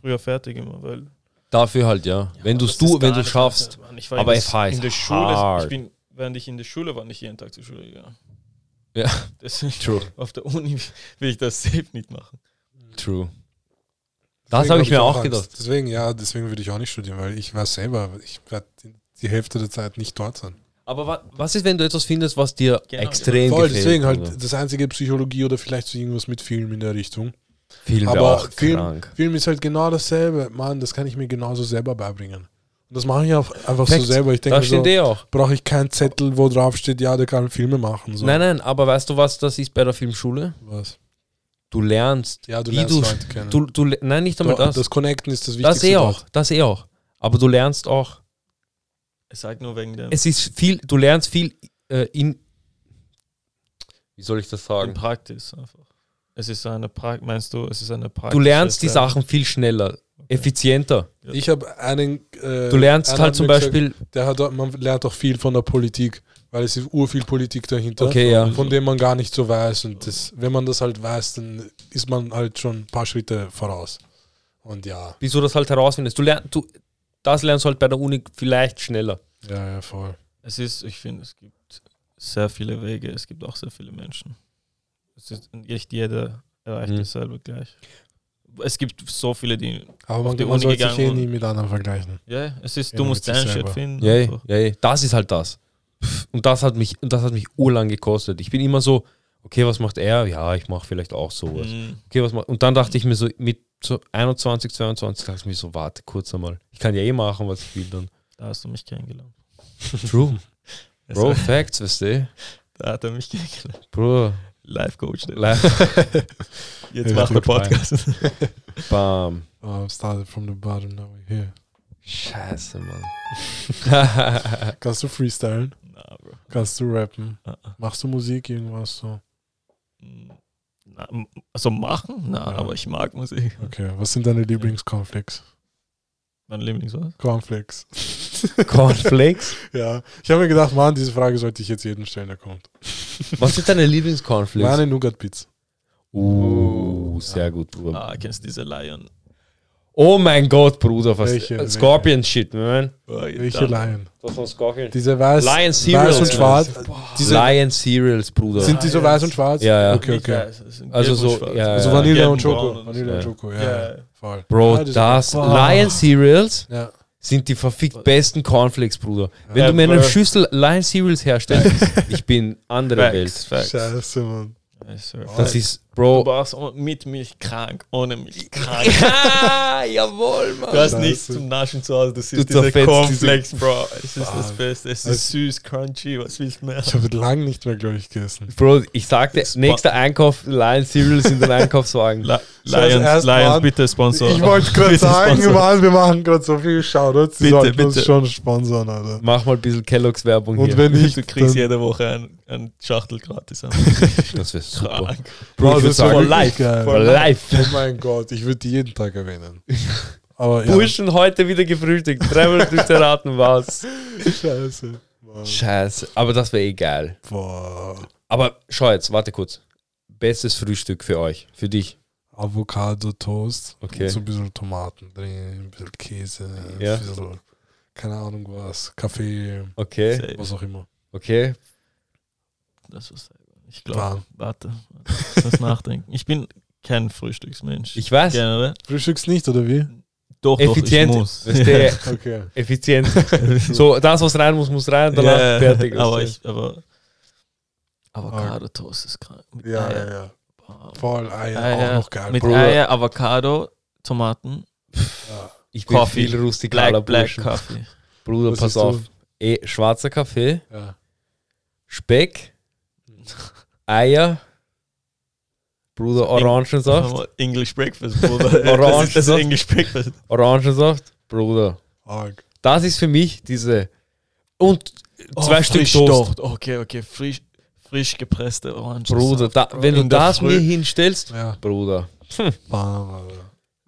früher fertig immer, weil
Dafür halt, ja. wenn du
das
es
ist
du,
gar
wenn du
nicht
schaffst.
mein Mann. Ich war
Aber
in
FH
der-
ist
in der Schule,
hard.
ich bin, während ich in der Schule war, nicht jeden Tag zur Schule gegangen.
Ja.
Deswegen
True.
auf der Uni will ich das safe nicht machen.
True. Das habe ich mir auch gedacht.
Deswegen, ja, deswegen würde ich auch nicht studieren, weil ich weiß selber, ich werde die Hälfte der Zeit nicht dort sein.
Aber wa was ist, wenn du etwas findest, was dir
Genau.
extrem
Voll,
gefällt?
deswegen
oder?
halt das einzige Psychologie oder vielleicht so irgendwas mit Film in der Richtung.
Film wär
Aber
auch
Film-
krank.
Film ist halt genau dasselbe. Mann, das kann ich mir genauso selber beibringen. Und das mache ich auch einfach
Facts.
so selber. Ich denke
Da
mir so,
stehen die auch.
brauche ich keinen Zettel, wo drauf steht, ja, der kann Filme machen. So.
Nein, nein, aber weißt du, was das ist bei der Filmschule?
Was?
Du lernst.
Ja, du
wie
lernst
du,
Leute kennen.
du, du, le- Nein, nicht einmal
das,
das. Das,
das Connecten ist das
das
Wichtigste.
eh
dort.
auch. Das eh auch. Aber du lernst auch.
Ich sage nur wegen dem
Es ist viel, du lernst viel äh, in. Wie soll ich das
In
sagen?
Praktis einfach. Es ist eine Pra meinst du, es ist eine Praktis.
Du lernst die Sachen viel schneller, effizienter.
Ich habe einen. Äh,
Du lernst
einer
halt
hat
zum
mir gesagt,
Beispiel.
Der hat, auch- man lernt auch viel von der Politik, weil es ist urviel Politik dahinter,
Okay, ja.
von dem man gar nicht so weiß. Und das, wenn man das halt weiß, dann ist man halt schon ein paar Schritte voraus. Und ja,
Wieso das halt herausfindest. Du lernst, du, das lernst du halt bei der Uni vielleicht schneller.
ja, ja, voll.
Es ist, ich finde, es gibt sehr viele Wege, es gibt auch sehr viele Menschen. Es ist nicht jeder erreicht
Mhm.
dasselbe gleich. Es gibt so viele, die.
Aber man,
die
man
Uni
sollte sich
gegangen
eh
und-
nie mit anderen vergleichen.
Ja, es ist,
Jeder
du musst
mit sich
deinen Shit
selber.
finden.
Ja,
einfach.
ja, ja, das ist halt das. Pff, Und das hat mich, und das hat mich urlang gekostet. Ich bin immer so, okay, was macht er? Ja, ich mache vielleicht auch sowas.
Mhm.
Okay, was macht? Und dann dachte ich mir so, mit so 21, 22 dachte ich mir so, warte kurz einmal. Ich kann ja eh machen, was ich will dann.
Da hast du mich kennengelernt.
True. Bro,
Also,
Facts, weißt du?
Da hat er mich kennengelernt.
Bro,
Live-Coach. ne?
live.
Jetzt
Ja,
macht er
gut,
Podcast.
Bam.
Uh, started from the bottom, now we're here.
Scheiße, Mann.
Kannst du freestylen?
Na, Bro.
Kannst du rappen?
Ah, ah.
Machst du Musik, irgendwas so?
Mhm. Na, m- also machen? Na,
Ja.
aber ich mag Musik.
Okay, was sind deine Lieblingskonflikts?
Mein Lieblings was?
Cornflakes.
Cornflakes?
Ja, ich habe mir gedacht, Mann, diese Frage sollte ich jetzt jedem stellen, der kommt.
Was sind deine Lieblingscornflakes?
Meine Nougat-Pizza.
Uh, sehr gut, Bruder.
Ah, kennst du diese Lion?
Oh mein Gott, Bruder, was
Welche? Welche?
Scorpion Shit, man.
Oh,
Welche
dann-
Lion?
Was von Scorpion?
Diese weiß,
Lion
weiß
Cereals.
und schwarz. Diese,
Lion Cereals, Bruder.
sind die so weiß und schwarz?
Ja, ja.
Okay,
Nicht
okay.
weiß, es sind
Also
gelb und
so,
schwarz.
ja,
Also
ja.
Vanille
Gelb
und
und
Schoko.
braun und
Vanille und
so.
Schoko, ja.
Ja.
ja. Voll.
Bro,
Ja, die sind-
das
Boah.
Lion Cereals
Ja.
sind die verfickt besten Cornflakes, Bruder. Wenn
Ja,
du mir eine
bro.
Schüssel Lion Cereals herstellst, ich bin andere
Facts,
Welt.
Facts.
Scheiße, Mann.
Yes, sir.
Das ist,
du
Bro.
warst auch mit Milch krank, ohne Milch krank.
ah, jawohl, Mann.
Du hast
Scheiße.
nichts zum Naschen zu Hause, das ist
Du
dieser
zerfetzt
Cornflakes, Bro. Es ist das
Fuck.
Beste, es
Also-
ist süß, crunchy, was willst du mehr?
Ich habe lange nicht mehr, glaube ich, gegessen.
Bro, ich sagte,
Das war-
nächster Einkauf, Lion Cereals in den Einkaufswagen.
La
Scheiße, erst waren-
bitte Sponsor.
Ich wollte gerade
Bitte
sagen,
Also, Sponsor.
Mann, wir machen gerade so viel Shoutouts. Die
Bitte,
sollten uns
bitte.
schon sponsern, Alter.
Mach mal ein bisschen Kellogg's Werbung
Und
hier.
wenn nicht,
Du kriegst
dann,
jede Woche ein, ein Schachtel gratis. an.
Das wäre super.
Krank.
Bro, ich würd
war
sagen,
wirklich
life.
geil.
for life.
Oh mein Gott, ich würde die jeden Tag erwähnen. Aber ja,
Burschen heute wieder gefrühstückt. Dreimal durch den Raten war's.
scheiße.
Scheiße, aber das wäre egal.
Boah.
Aber schau jetzt, warte kurz. Bestes Frühstück für euch, für dich.
Avocado-Toast.
Okay.
Und so ein bisschen Tomaten drin, ein bisschen Käse,
Ja.
ein bisschen, keine Ahnung was, Kaffee,
Okay,
Safe.
was auch immer.
okay.
Das was ich
Warm.
glaube, warte, warte, ich muss nachdenken. Ich bin kein Frühstücksmensch.
Ich weiß,
Generell.
Frühstückst nicht, oder wie?
Doch,
effizient.
doch, ich muss.
Weißt du,
Okay.
effizient. so, das, was rein muss, muss rein, danach
Ja,
fertig.
Aber ich, aber Avocado-Toast ist krank. Mit
Ja,
Eier.
ja, ja.
Boah.
Voll Eier,
Ah,
Eier.
auch noch geil.
Mit
Bruder.
Eier, Avocado, Tomaten,
Ja.
ich bin
Coffee.
viel rustikaler
Black, Black
Burschen.
Kaffee.
Bruder,
Was
pass
isst du?
auf. Eh, schwarzer Kaffee,
Ja.
Speck, Eier, Bruder, Orangensaft,
English Breakfast, Bruder.
Orangensaft.
Das ist das English Breakfast.
Orangensaft, Bruder.
Arg.
Das ist für mich diese. Und zwei Stück
Oh, frisch
Toast.
doch. Okay, okay, frisch, frisch gepresste Orangen.
Bruder, da, wenn du
In der
das
Früh.
mir hinstellst,
Ja.
Bruder,
Bam, Alter.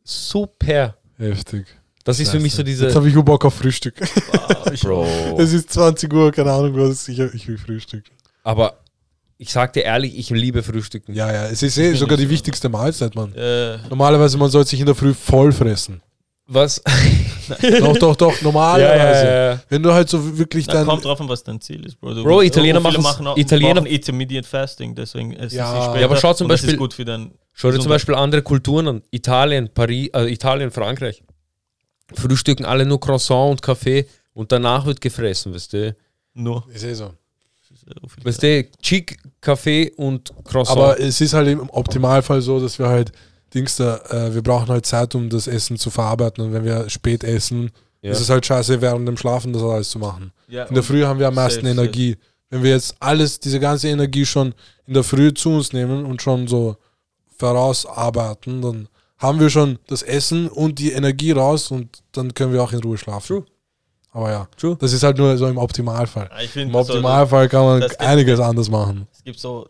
super.
Heftig.
Das ist für mich
Scheiße.
so
Jetzt
diese.
habe ich nur Bock auf Frühstück.
Bro.
Es ist 20 Uhr, keine Ahnung was. Ich, ich will Frühstück.
Aber ich sag dir ehrlich, ich liebe Frühstücken.
Ja, ja. Es ist eh sogar
nicht
die
so.
wichtigste Mahlzeit, Mann.
Äh,
Normalerweise, man sollte sich in der Früh voll fressen.
Was?
doch, doch, doch. Normalerweise.
ja.
Wenn du halt so wirklich
na,
dann.
kommt drauf an, was dein Ziel ist, Bro. Du-
Bro, Italiener
viele
machen's-
machen auch,
Italiener-
machen Intermediate Fasting, deswegen essen
Ja.
sie später.
Ja, aber schau zum
und das
Beispiel-
ist gut für dein
Schau dir zum
Gesundheit.
Beispiel andere Kulturen an. Italien, Paris, also Italien, Frankreich. Frühstücken alle nur Croissant und Kaffee und danach wird gefressen, weißt du?
nur.
Ich sehe eh so.
so viel
Weißt du, Chick, Kaffee und Croissant.
Aber es ist halt im Optimalfall so, dass wir halt. Dings da, äh, wir brauchen halt Zeit, um das Essen zu verarbeiten. Und wenn wir spät essen,
Ja.
ist es halt scheiße, während dem Schlafen das alles zu machen.
Ja,
In der
und-
Früh haben wir am meisten
Safe, safe.
Energie. Wenn wir jetzt alles, diese ganze Energie schon in der Früh zu uns nehmen und schon so vorausarbeiten, dann haben wir schon das Essen und die Energie raus und dann können wir auch in Ruhe schlafen.
True.
Aber ja,
True.
das ist halt nur so im Optimalfall.
Ah, ich finde,
Im
so,
Optimalfall kann man
das-
einiges anders machen.
es gibt so,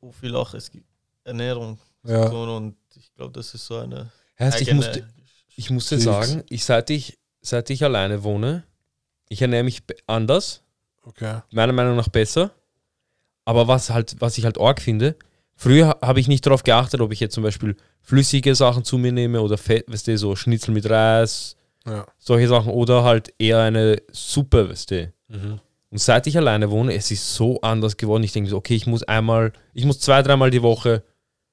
so viel auch, es gibt Ernährung
Ja.
und ich glaube, das ist so eine
Heißt, ich,
eigene-
muss, ich muss dir
Hilft.
sagen, ich, seit, ich, seit ich alleine wohne, ich ernähre mich be- anders,
Okay.
meiner Meinung nach besser. Aber was, halt, was ich halt arg finde, früher ha- habe ich nicht darauf geachtet, ob ich jetzt zum Beispiel flüssige Sachen zu mir nehme oder Fett, weißt du, so Schnitzel mit Reis,
Ja.
solche Sachen oder halt eher eine Suppe, weißt du. Und seit ich alleine wohne, es ist so anders geworden. Ich denke so, okay, ich muss einmal, ich muss zwei, dreimal die Woche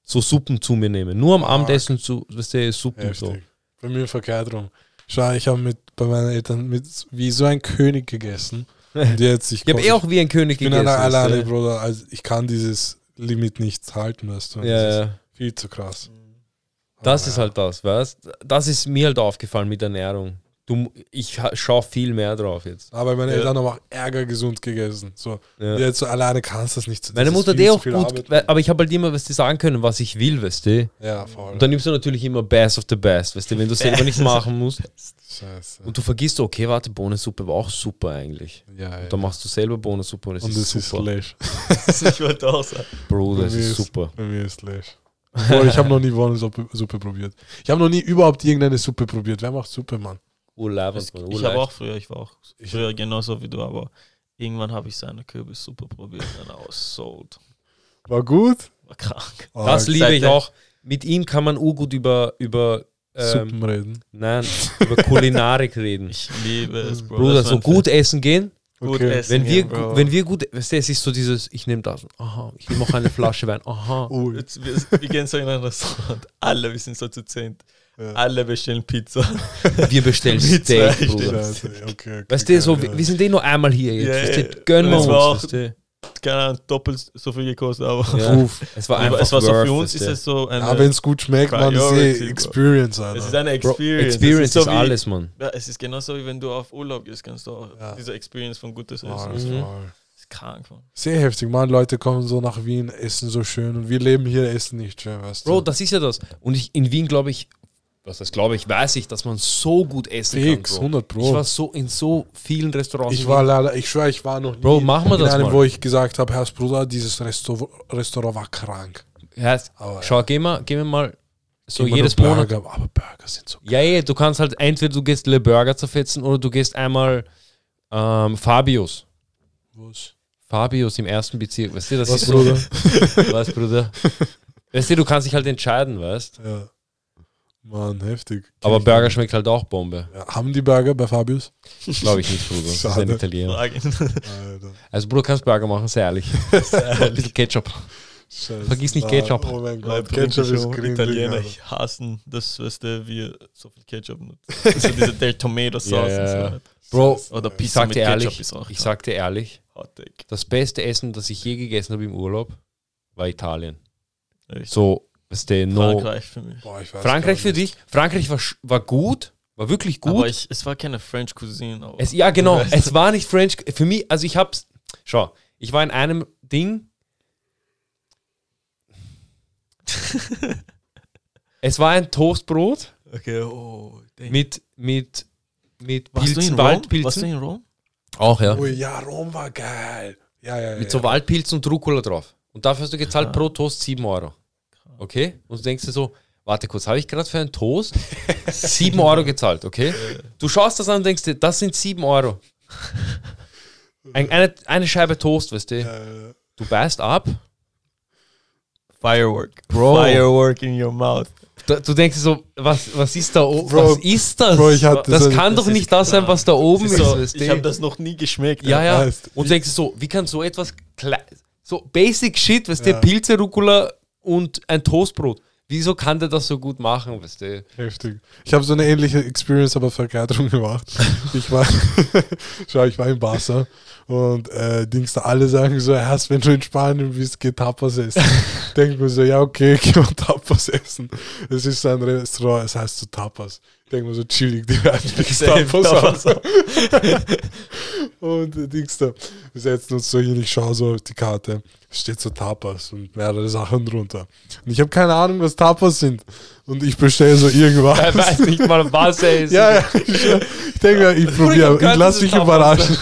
so Suppen zu mir nehmen. Nur am Abendessen zu, weißt du, Suppen
Ah, Heftig.
so.
Bei mir verkehrt rum. Schau, ich habe mit bei meinen Eltern mit wie so ein König gegessen. Und jetzt, ich
Ich habe
koch-
eh auch wie ein König
Ich bin
gegessen.
einer
weißt du.
alleine, Bruder. Also ich kann dieses Limit nicht halten, weißt du.
Ja,
Das ist
ja.
viel zu krass.
Das
Aber
ist
ja.
halt das, weißt Das ist mir halt aufgefallen mit Ernährung. Du, mu- ich ha- schau viel mehr drauf jetzt.
Aber meine
Ja.
Eltern haben auch Ärger gesund gegessen. So,
Ja.
jetzt so alleine kannst du das nicht. Das
Meine
ist
Mutter hat
viel
eh
zu
auch
viel Arbeit.
gut, weil- aber ich habe halt immer, was die sagen können, was ich will, weißt du.
Ja, voll.
Und dann nimmst du natürlich immer Best of the Best, weißt du, wenn du selber nicht machen musst.
Scheiße.
Und du vergisst, okay, warte, Bohnensuppe war auch super eigentlich.
ja, ja.
Dann machst du selber Bohnensuppe und es
Und
ist
das ist
super.
Slash.
ich wollte auch sagen.
Bro, das
Bei mir
ist
ist-
super.
Bei mir ist Slash. Obwohl, ich habe noch nie Wollenssuppe Suppe probiert. Ich habe noch nie überhaupt irgendeine Suppe probiert. Wer macht Suppe, Mann?
Urlaubend,
Es-
Mann,
ich
urlaubend.
habe auch früher, ich war auch
Ich-
früher genauso wie du, aber irgendwann habe ich seine Kürbissuppe probiert und er was sold.
War gut?
War krank.
Das
Ah,
liebe ich
Seitdem-
auch. Mit ihm kann man urgut über, über, ähm,
Suppen reden.
nein, über Kulinarik reden.
Ich liebe es, Bro.
Bruder,
Das war
so
ein
gut essen gehen,
gut
Okay.
essen.
Wenn wir,
gehen, Bro.
gu- wenn wir gut, weißt du, es ist so dieses, ich nehme das, aha, ich nehme auch eine Flasche Wein, aha.
Oh,
Jetzt, wir, wir gehen so in ein Restaurant. Alle, wir sind so zu zehnt.
Ja.
Alle bestellen Pizza.
Wir bestellen
Mit
Steak,
zwei
Bruder.
Scheiße. Okay, okay,
Weißt du, so,
okay,
wir wir sind eh nur einmal hier jetzt,
Ja,
weißt du,
ja.
gönnen wir
Es
uns,
war auch-
weißt du.
Keine Ahnung, doppelt so viel gekostet, aber.
Ja.
Uff.
Es war einfach
aber es war so
worth,
für uns,
weißt
ist
du.
es so eine.
Ja, wenn es gut schmeckt, man, ist eh
Priority, Bro.
Experience, Alter.
es ist eine
Bro,
Experience.
Experience,
Es
ist,
so wie-
alles, Mann.
Ja, es ist genauso wie wenn du auf Urlaub gehst, kannst du auch
Ja.
diese Experience von gutes Essen.
Voll,
Das
Mhm.
voll.
ist krank, Mann.
Sehr heftig, Mann. Leute kommen so nach Wien, essen so schön und wir leben hier, essen nicht schön, weißt
Bro,
du?
das ist ja das. Und ich, in Wien glaube ich, was das glaube ich, weiß ich, dass man so gut essen
Fix,
kann,
100
Bro. Ich war
Pro.
so in so vielen Restaurants.
Ich
in
war
Wien.
leider, ich schwöre, ich war noch nie
Bro, machen wir
in
das
einem,
mal.
wo ich gesagt habe, Herr Bruder, dieses Restaur Restaurant war krank.
Heißt,
Aber
schau, gehen wir, gehen wir mal so
immer nur
jedes Monat
Burger, aber Burger sind so
Ja, ja, du kannst halt entweder du gehst Le Burger zerfetzen oder du gehst einmal ähm, Fabius.
Was?
Fabius im ersten Bezirk, weißt du, das
Was,
ist so, was, Bruder? Weißt du, du kannst dich halt entscheiden, weißt
Ja. Mann, heftig.
Aber Burger schmeckt halt auch Bombe.
Ja, haben die Burger bei Fabius?
Glaube ich nicht, Bruder. Das ist ein
Schade.
Italiener.
Frage.
Alter.
Also, Bruder, kannst Burger machen, sei ehrlich. Ein bisschen Ketchup.
Scheiße.
Vergiss nicht
Nein,
Ketchup.
Oh mein
Weil
Gott, Ketchup
britische
ist
und
grün.
Italiener
Digga.
hassen das, weißt du, wir so viel Ketchup nutzen. Also diese Del Tomato Sauce
Ja, ja, ja.
und so. weiter.
Bro,
Oder
Ich
Pizza
sag
mit
dir
Ketchup
ehrlich,
ist auch
ich
klar.
sag dir ehrlich,
Hot Take.
das beste Essen, das ich je gegessen habe im Urlaub, war Italien.
Echt.
So, weißt du, no. Frankreich,
Frankreich für mich.
Boah, ich weiß gar
für
nicht.
dich? Frankreich war, sch- war gut, war wirklich gut.
Aber ich, es war keine French Cuisine. Aber
Es, ja, genau.
Weißt du?
Es war nicht French. Für mich, also ich hab's. Schau, ich war in einem Ding. es war ein Toastbrot
okay, oh, dang.
mit, mit, mit
Warst du
Pilzen,
in Rom? Warst du
Waldpilzen.
in Rom?
Auch, ja.
Ui, ja, Rom war geil. Ja, ja, ja.
Mit
ja.
so Waldpilzen und Rucola drauf. Und dafür hast du gezahlt
Ah.
pro Toast 7 Euro. Okay? Und du denkst dir so, warte kurz, habe ich gerade für einen Toast 7 Euro gezahlt, okay? Du schaust das an und denkst dir, das sind 7 Euro. Ein, eine, eine Scheibe Toast, weißt du?
Ja, Äh, ja.
Du beißt ab,
Firework.
Bro.
Firework in your mouth.
da, du denkst dir so, was, was ist da oben?
Bro,
Was ist das?
Bro, ich hatte
das
so-
kann
das
doch
ist
nicht das sein,
klar.
was da oben ist.
Das ist so,
weißt du?
ich habe das noch nie geschmeckt.
ja, ja.
Weißt,
Und denkst dir so, wie kann so etwas klei- so basic shit, weißt
Ja.
du, Pilze, Rucola und ein Toastbrot. Wieso kann der das so gut machen, weißt du?
Heftig. Ich habe so eine ähnliche Experience, aber Verkleiderung gemacht. Ich war, schau, ich war in Barca und äh, Dings da alle sagen so, erst wenn du in Spanien bist, geh Tapas essen. Denk mir so, ja okay, geh mal Tapas essen. Es ist so ein Restaurant, es heißt so Tapas. Denk mir so, chillig, die werden nichts
Safe,
Tapas
Tapas.
haben. und äh, Dings da, wir setzen uns so hin, ich schaue so auf die Karte, es steht so Tapas und mehrere Sachen drunter. Und ich habe keine Ahnung, was Tapas sind. Und ich bestelle so irgendwas.
Er weiß nicht mal, was er ist.
Ja, ja, ich, ich denke, mir, ich probiere, ich
gehört,
lasse
dass
mich
es
überraschen.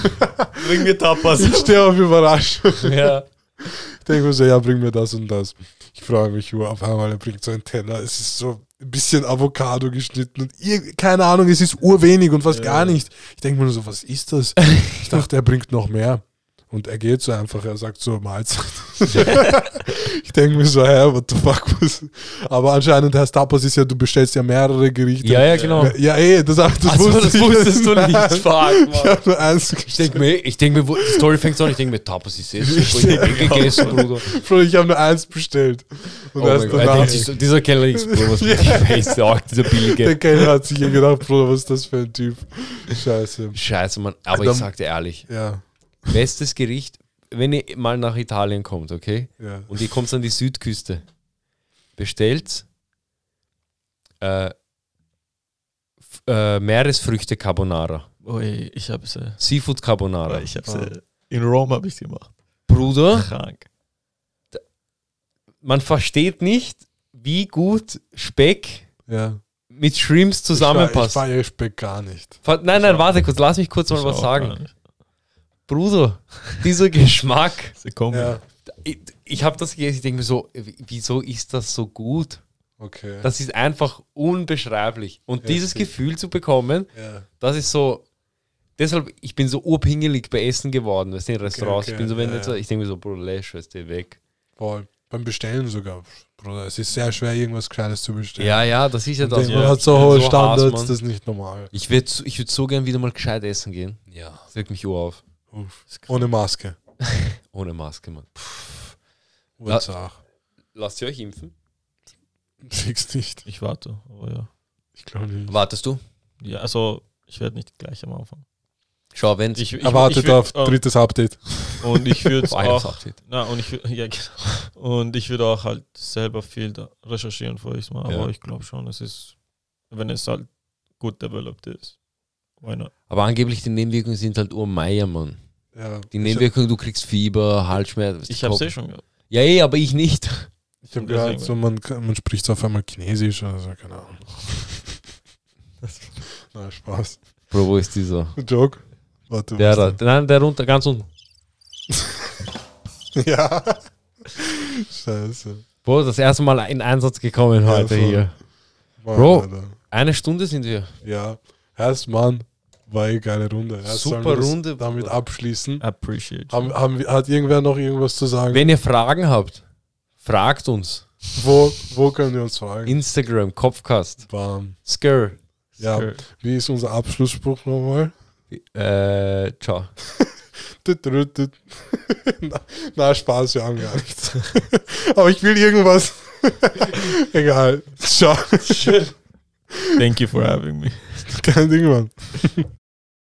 Bring mir Tapas.
Ich stehe auf Überraschung.
Ja.
Ich denke mir so, ja, bring mir das und das. Ich freue mich, Uhr, auf einmal, er bringt so einen Teller. Es ist so ein bisschen Avocado geschnitten und ir- keine Ahnung, es ist urwenig und fast gar nicht. Ich denke mir nur so, was ist das? Ich dachte, er bringt noch mehr. Und er geht so einfach, er sagt so, Mahlzeit. ich denke mir so, hä, what the fuck? Was? Aber anscheinend heißt Tapas ist ja, du bestellst ja mehrere Gerichte.
ja, ja, genau.
Ja, ey, das, das,
Ach so, das
ich
wusstest du
Nein.
nicht. Fuck,
Ich
Mann.
habe nur eins
Ich denke mir, ich denk mir, wo- die Story fängt so an, ich denke mir, Tapas ist jetzt super, ich hab eh gegessen, Bruder.
Bro, ich habe nur eins bestellt. Und
Oh mein
erst
Gott. Er
danach,
denkt sich so, dieser Keller ist, Bruder, was mit dem Face, auch dieser billige.
der Kellner hat sich ja gedacht, Bro, was ist das für ein Typ? Scheiße.
Scheiße, Mann. Aber ich
Dann-
sag dir ehrlich,
Ja,
bestes Gericht, wenn ihr mal nach Italien kommt, okay?
ja.
Und ihr kommt an die Südküste, bestellt äh, F- äh, Meeresfrüchte Carbonara,
Ui, ich hab's. Äh,
Seafood Carbonara.
ich hab's äh, in Rom habe ich's gemacht.
Bruder,
Krank.
man versteht nicht, wie gut Speck
ja.
mit Shrimps
Ich
zusammenpasst.
feiere Speck gar nicht.
Ver- nein, nein, warte kurz, lass mich kurz mal
Ist
was
auch
sagen.
gar nicht.
Bruder, dieser Geschmack.
Ist eine Kombi.
Ja,
Ich, ich habe das gegessen, ich denke mir so, w- wieso ist das so gut?
okay.
Das ist einfach unbeschreiblich. Und dieses
Heftig.
Gefühl zu bekommen,
ja.
das ist so. Deshalb, ich bin so urpingelig bei Essen geworden, weißt du, in Restaurants.
okay,
Ich bin so, wenn
ja,
jetzt,
ja.
ich denke mir so, Bro, Lash, weißt du, weg.
Voll. Beim Bestellen sogar. Bruder, es ist sehr schwer, irgendwas Kleines zu bestellen.
Ja, ja, das ist ja
Und
das.
man
Mann.
hat so
Ich bin
hohe
so Hass,
Standards,
Mann.
das ist nicht normal.
Ich würde ich würd so gern wieder mal gescheit essen gehen.
Ja.
Das regt mich ur auf.
Uff. Ohne Maske.
Ohne Maske, Mann. Pff,
Urzach.
Lasst ihr euch impfen?
Fix nicht.
Ich warte, aber ja.
Ich glaube nicht.
Wartest du?
Ja, also ich werde nicht gleich am Anfang.
Schau, wenn
Ich, ich,
Er wartet
ich würd-
auf drittes Update.
äh, Und ich würde auch.
Weihnachtsabschied.
Na, und ich, wür- ja, genau. und ich würde auch halt selber viel da recherchieren, vor ich es mache.
Ja.
Aber ich glaube schon, es ist, wenn es halt gut developed ist. Why not?
Aber angeblich die Nebenwirkungen sind halt urmeier, Mann.
Ja.
Die Nebenwirkungen, du kriegst Fieber, Halsschmerzen. weißt du,
Ich habe es
Kopf-
eh schon gehabt.
Ja, eh, aber ich nicht.
Ich habe
Deswegen-
gehört, so man, kann- man spricht so auf einmal Chinesisch oder so, keine Ahnung. Na, Spaß.
Bro, wo ist dieser?
Joke. Warte,
Der
was
da. Nein, der runter, ganz unten.
denn? Ja. Scheiße.
Bro, das erste Mal in Einsatz gekommen heute
voll.
hier.
Mann,
Bro.
Alter.
Eine Stunde sind wir.
Ja. Heißt Mann. War eh geile Runde. Ja,
Super
sollen wir das
Runde,
Damit
Bruder.
abschließen.
Appreciate.
Haben, haben, wir- hat irgendwer noch irgendwas zu sagen?
Wenn ihr Fragen habt, fragt uns.
Wo, wo können wir uns fragen?
Instagram, Kopfkast,
Bam.
Skr.
Ja,
Cool.
wie ist unser Abschlussspruch nochmal?
Äh, ciao.
Tüt, tüt, tüt. na, na, Spaß, wir haben gar nichts. Aber ich will irgendwas. Egal. Ciao.
Thank you for having me.
Kein Ding, Mann.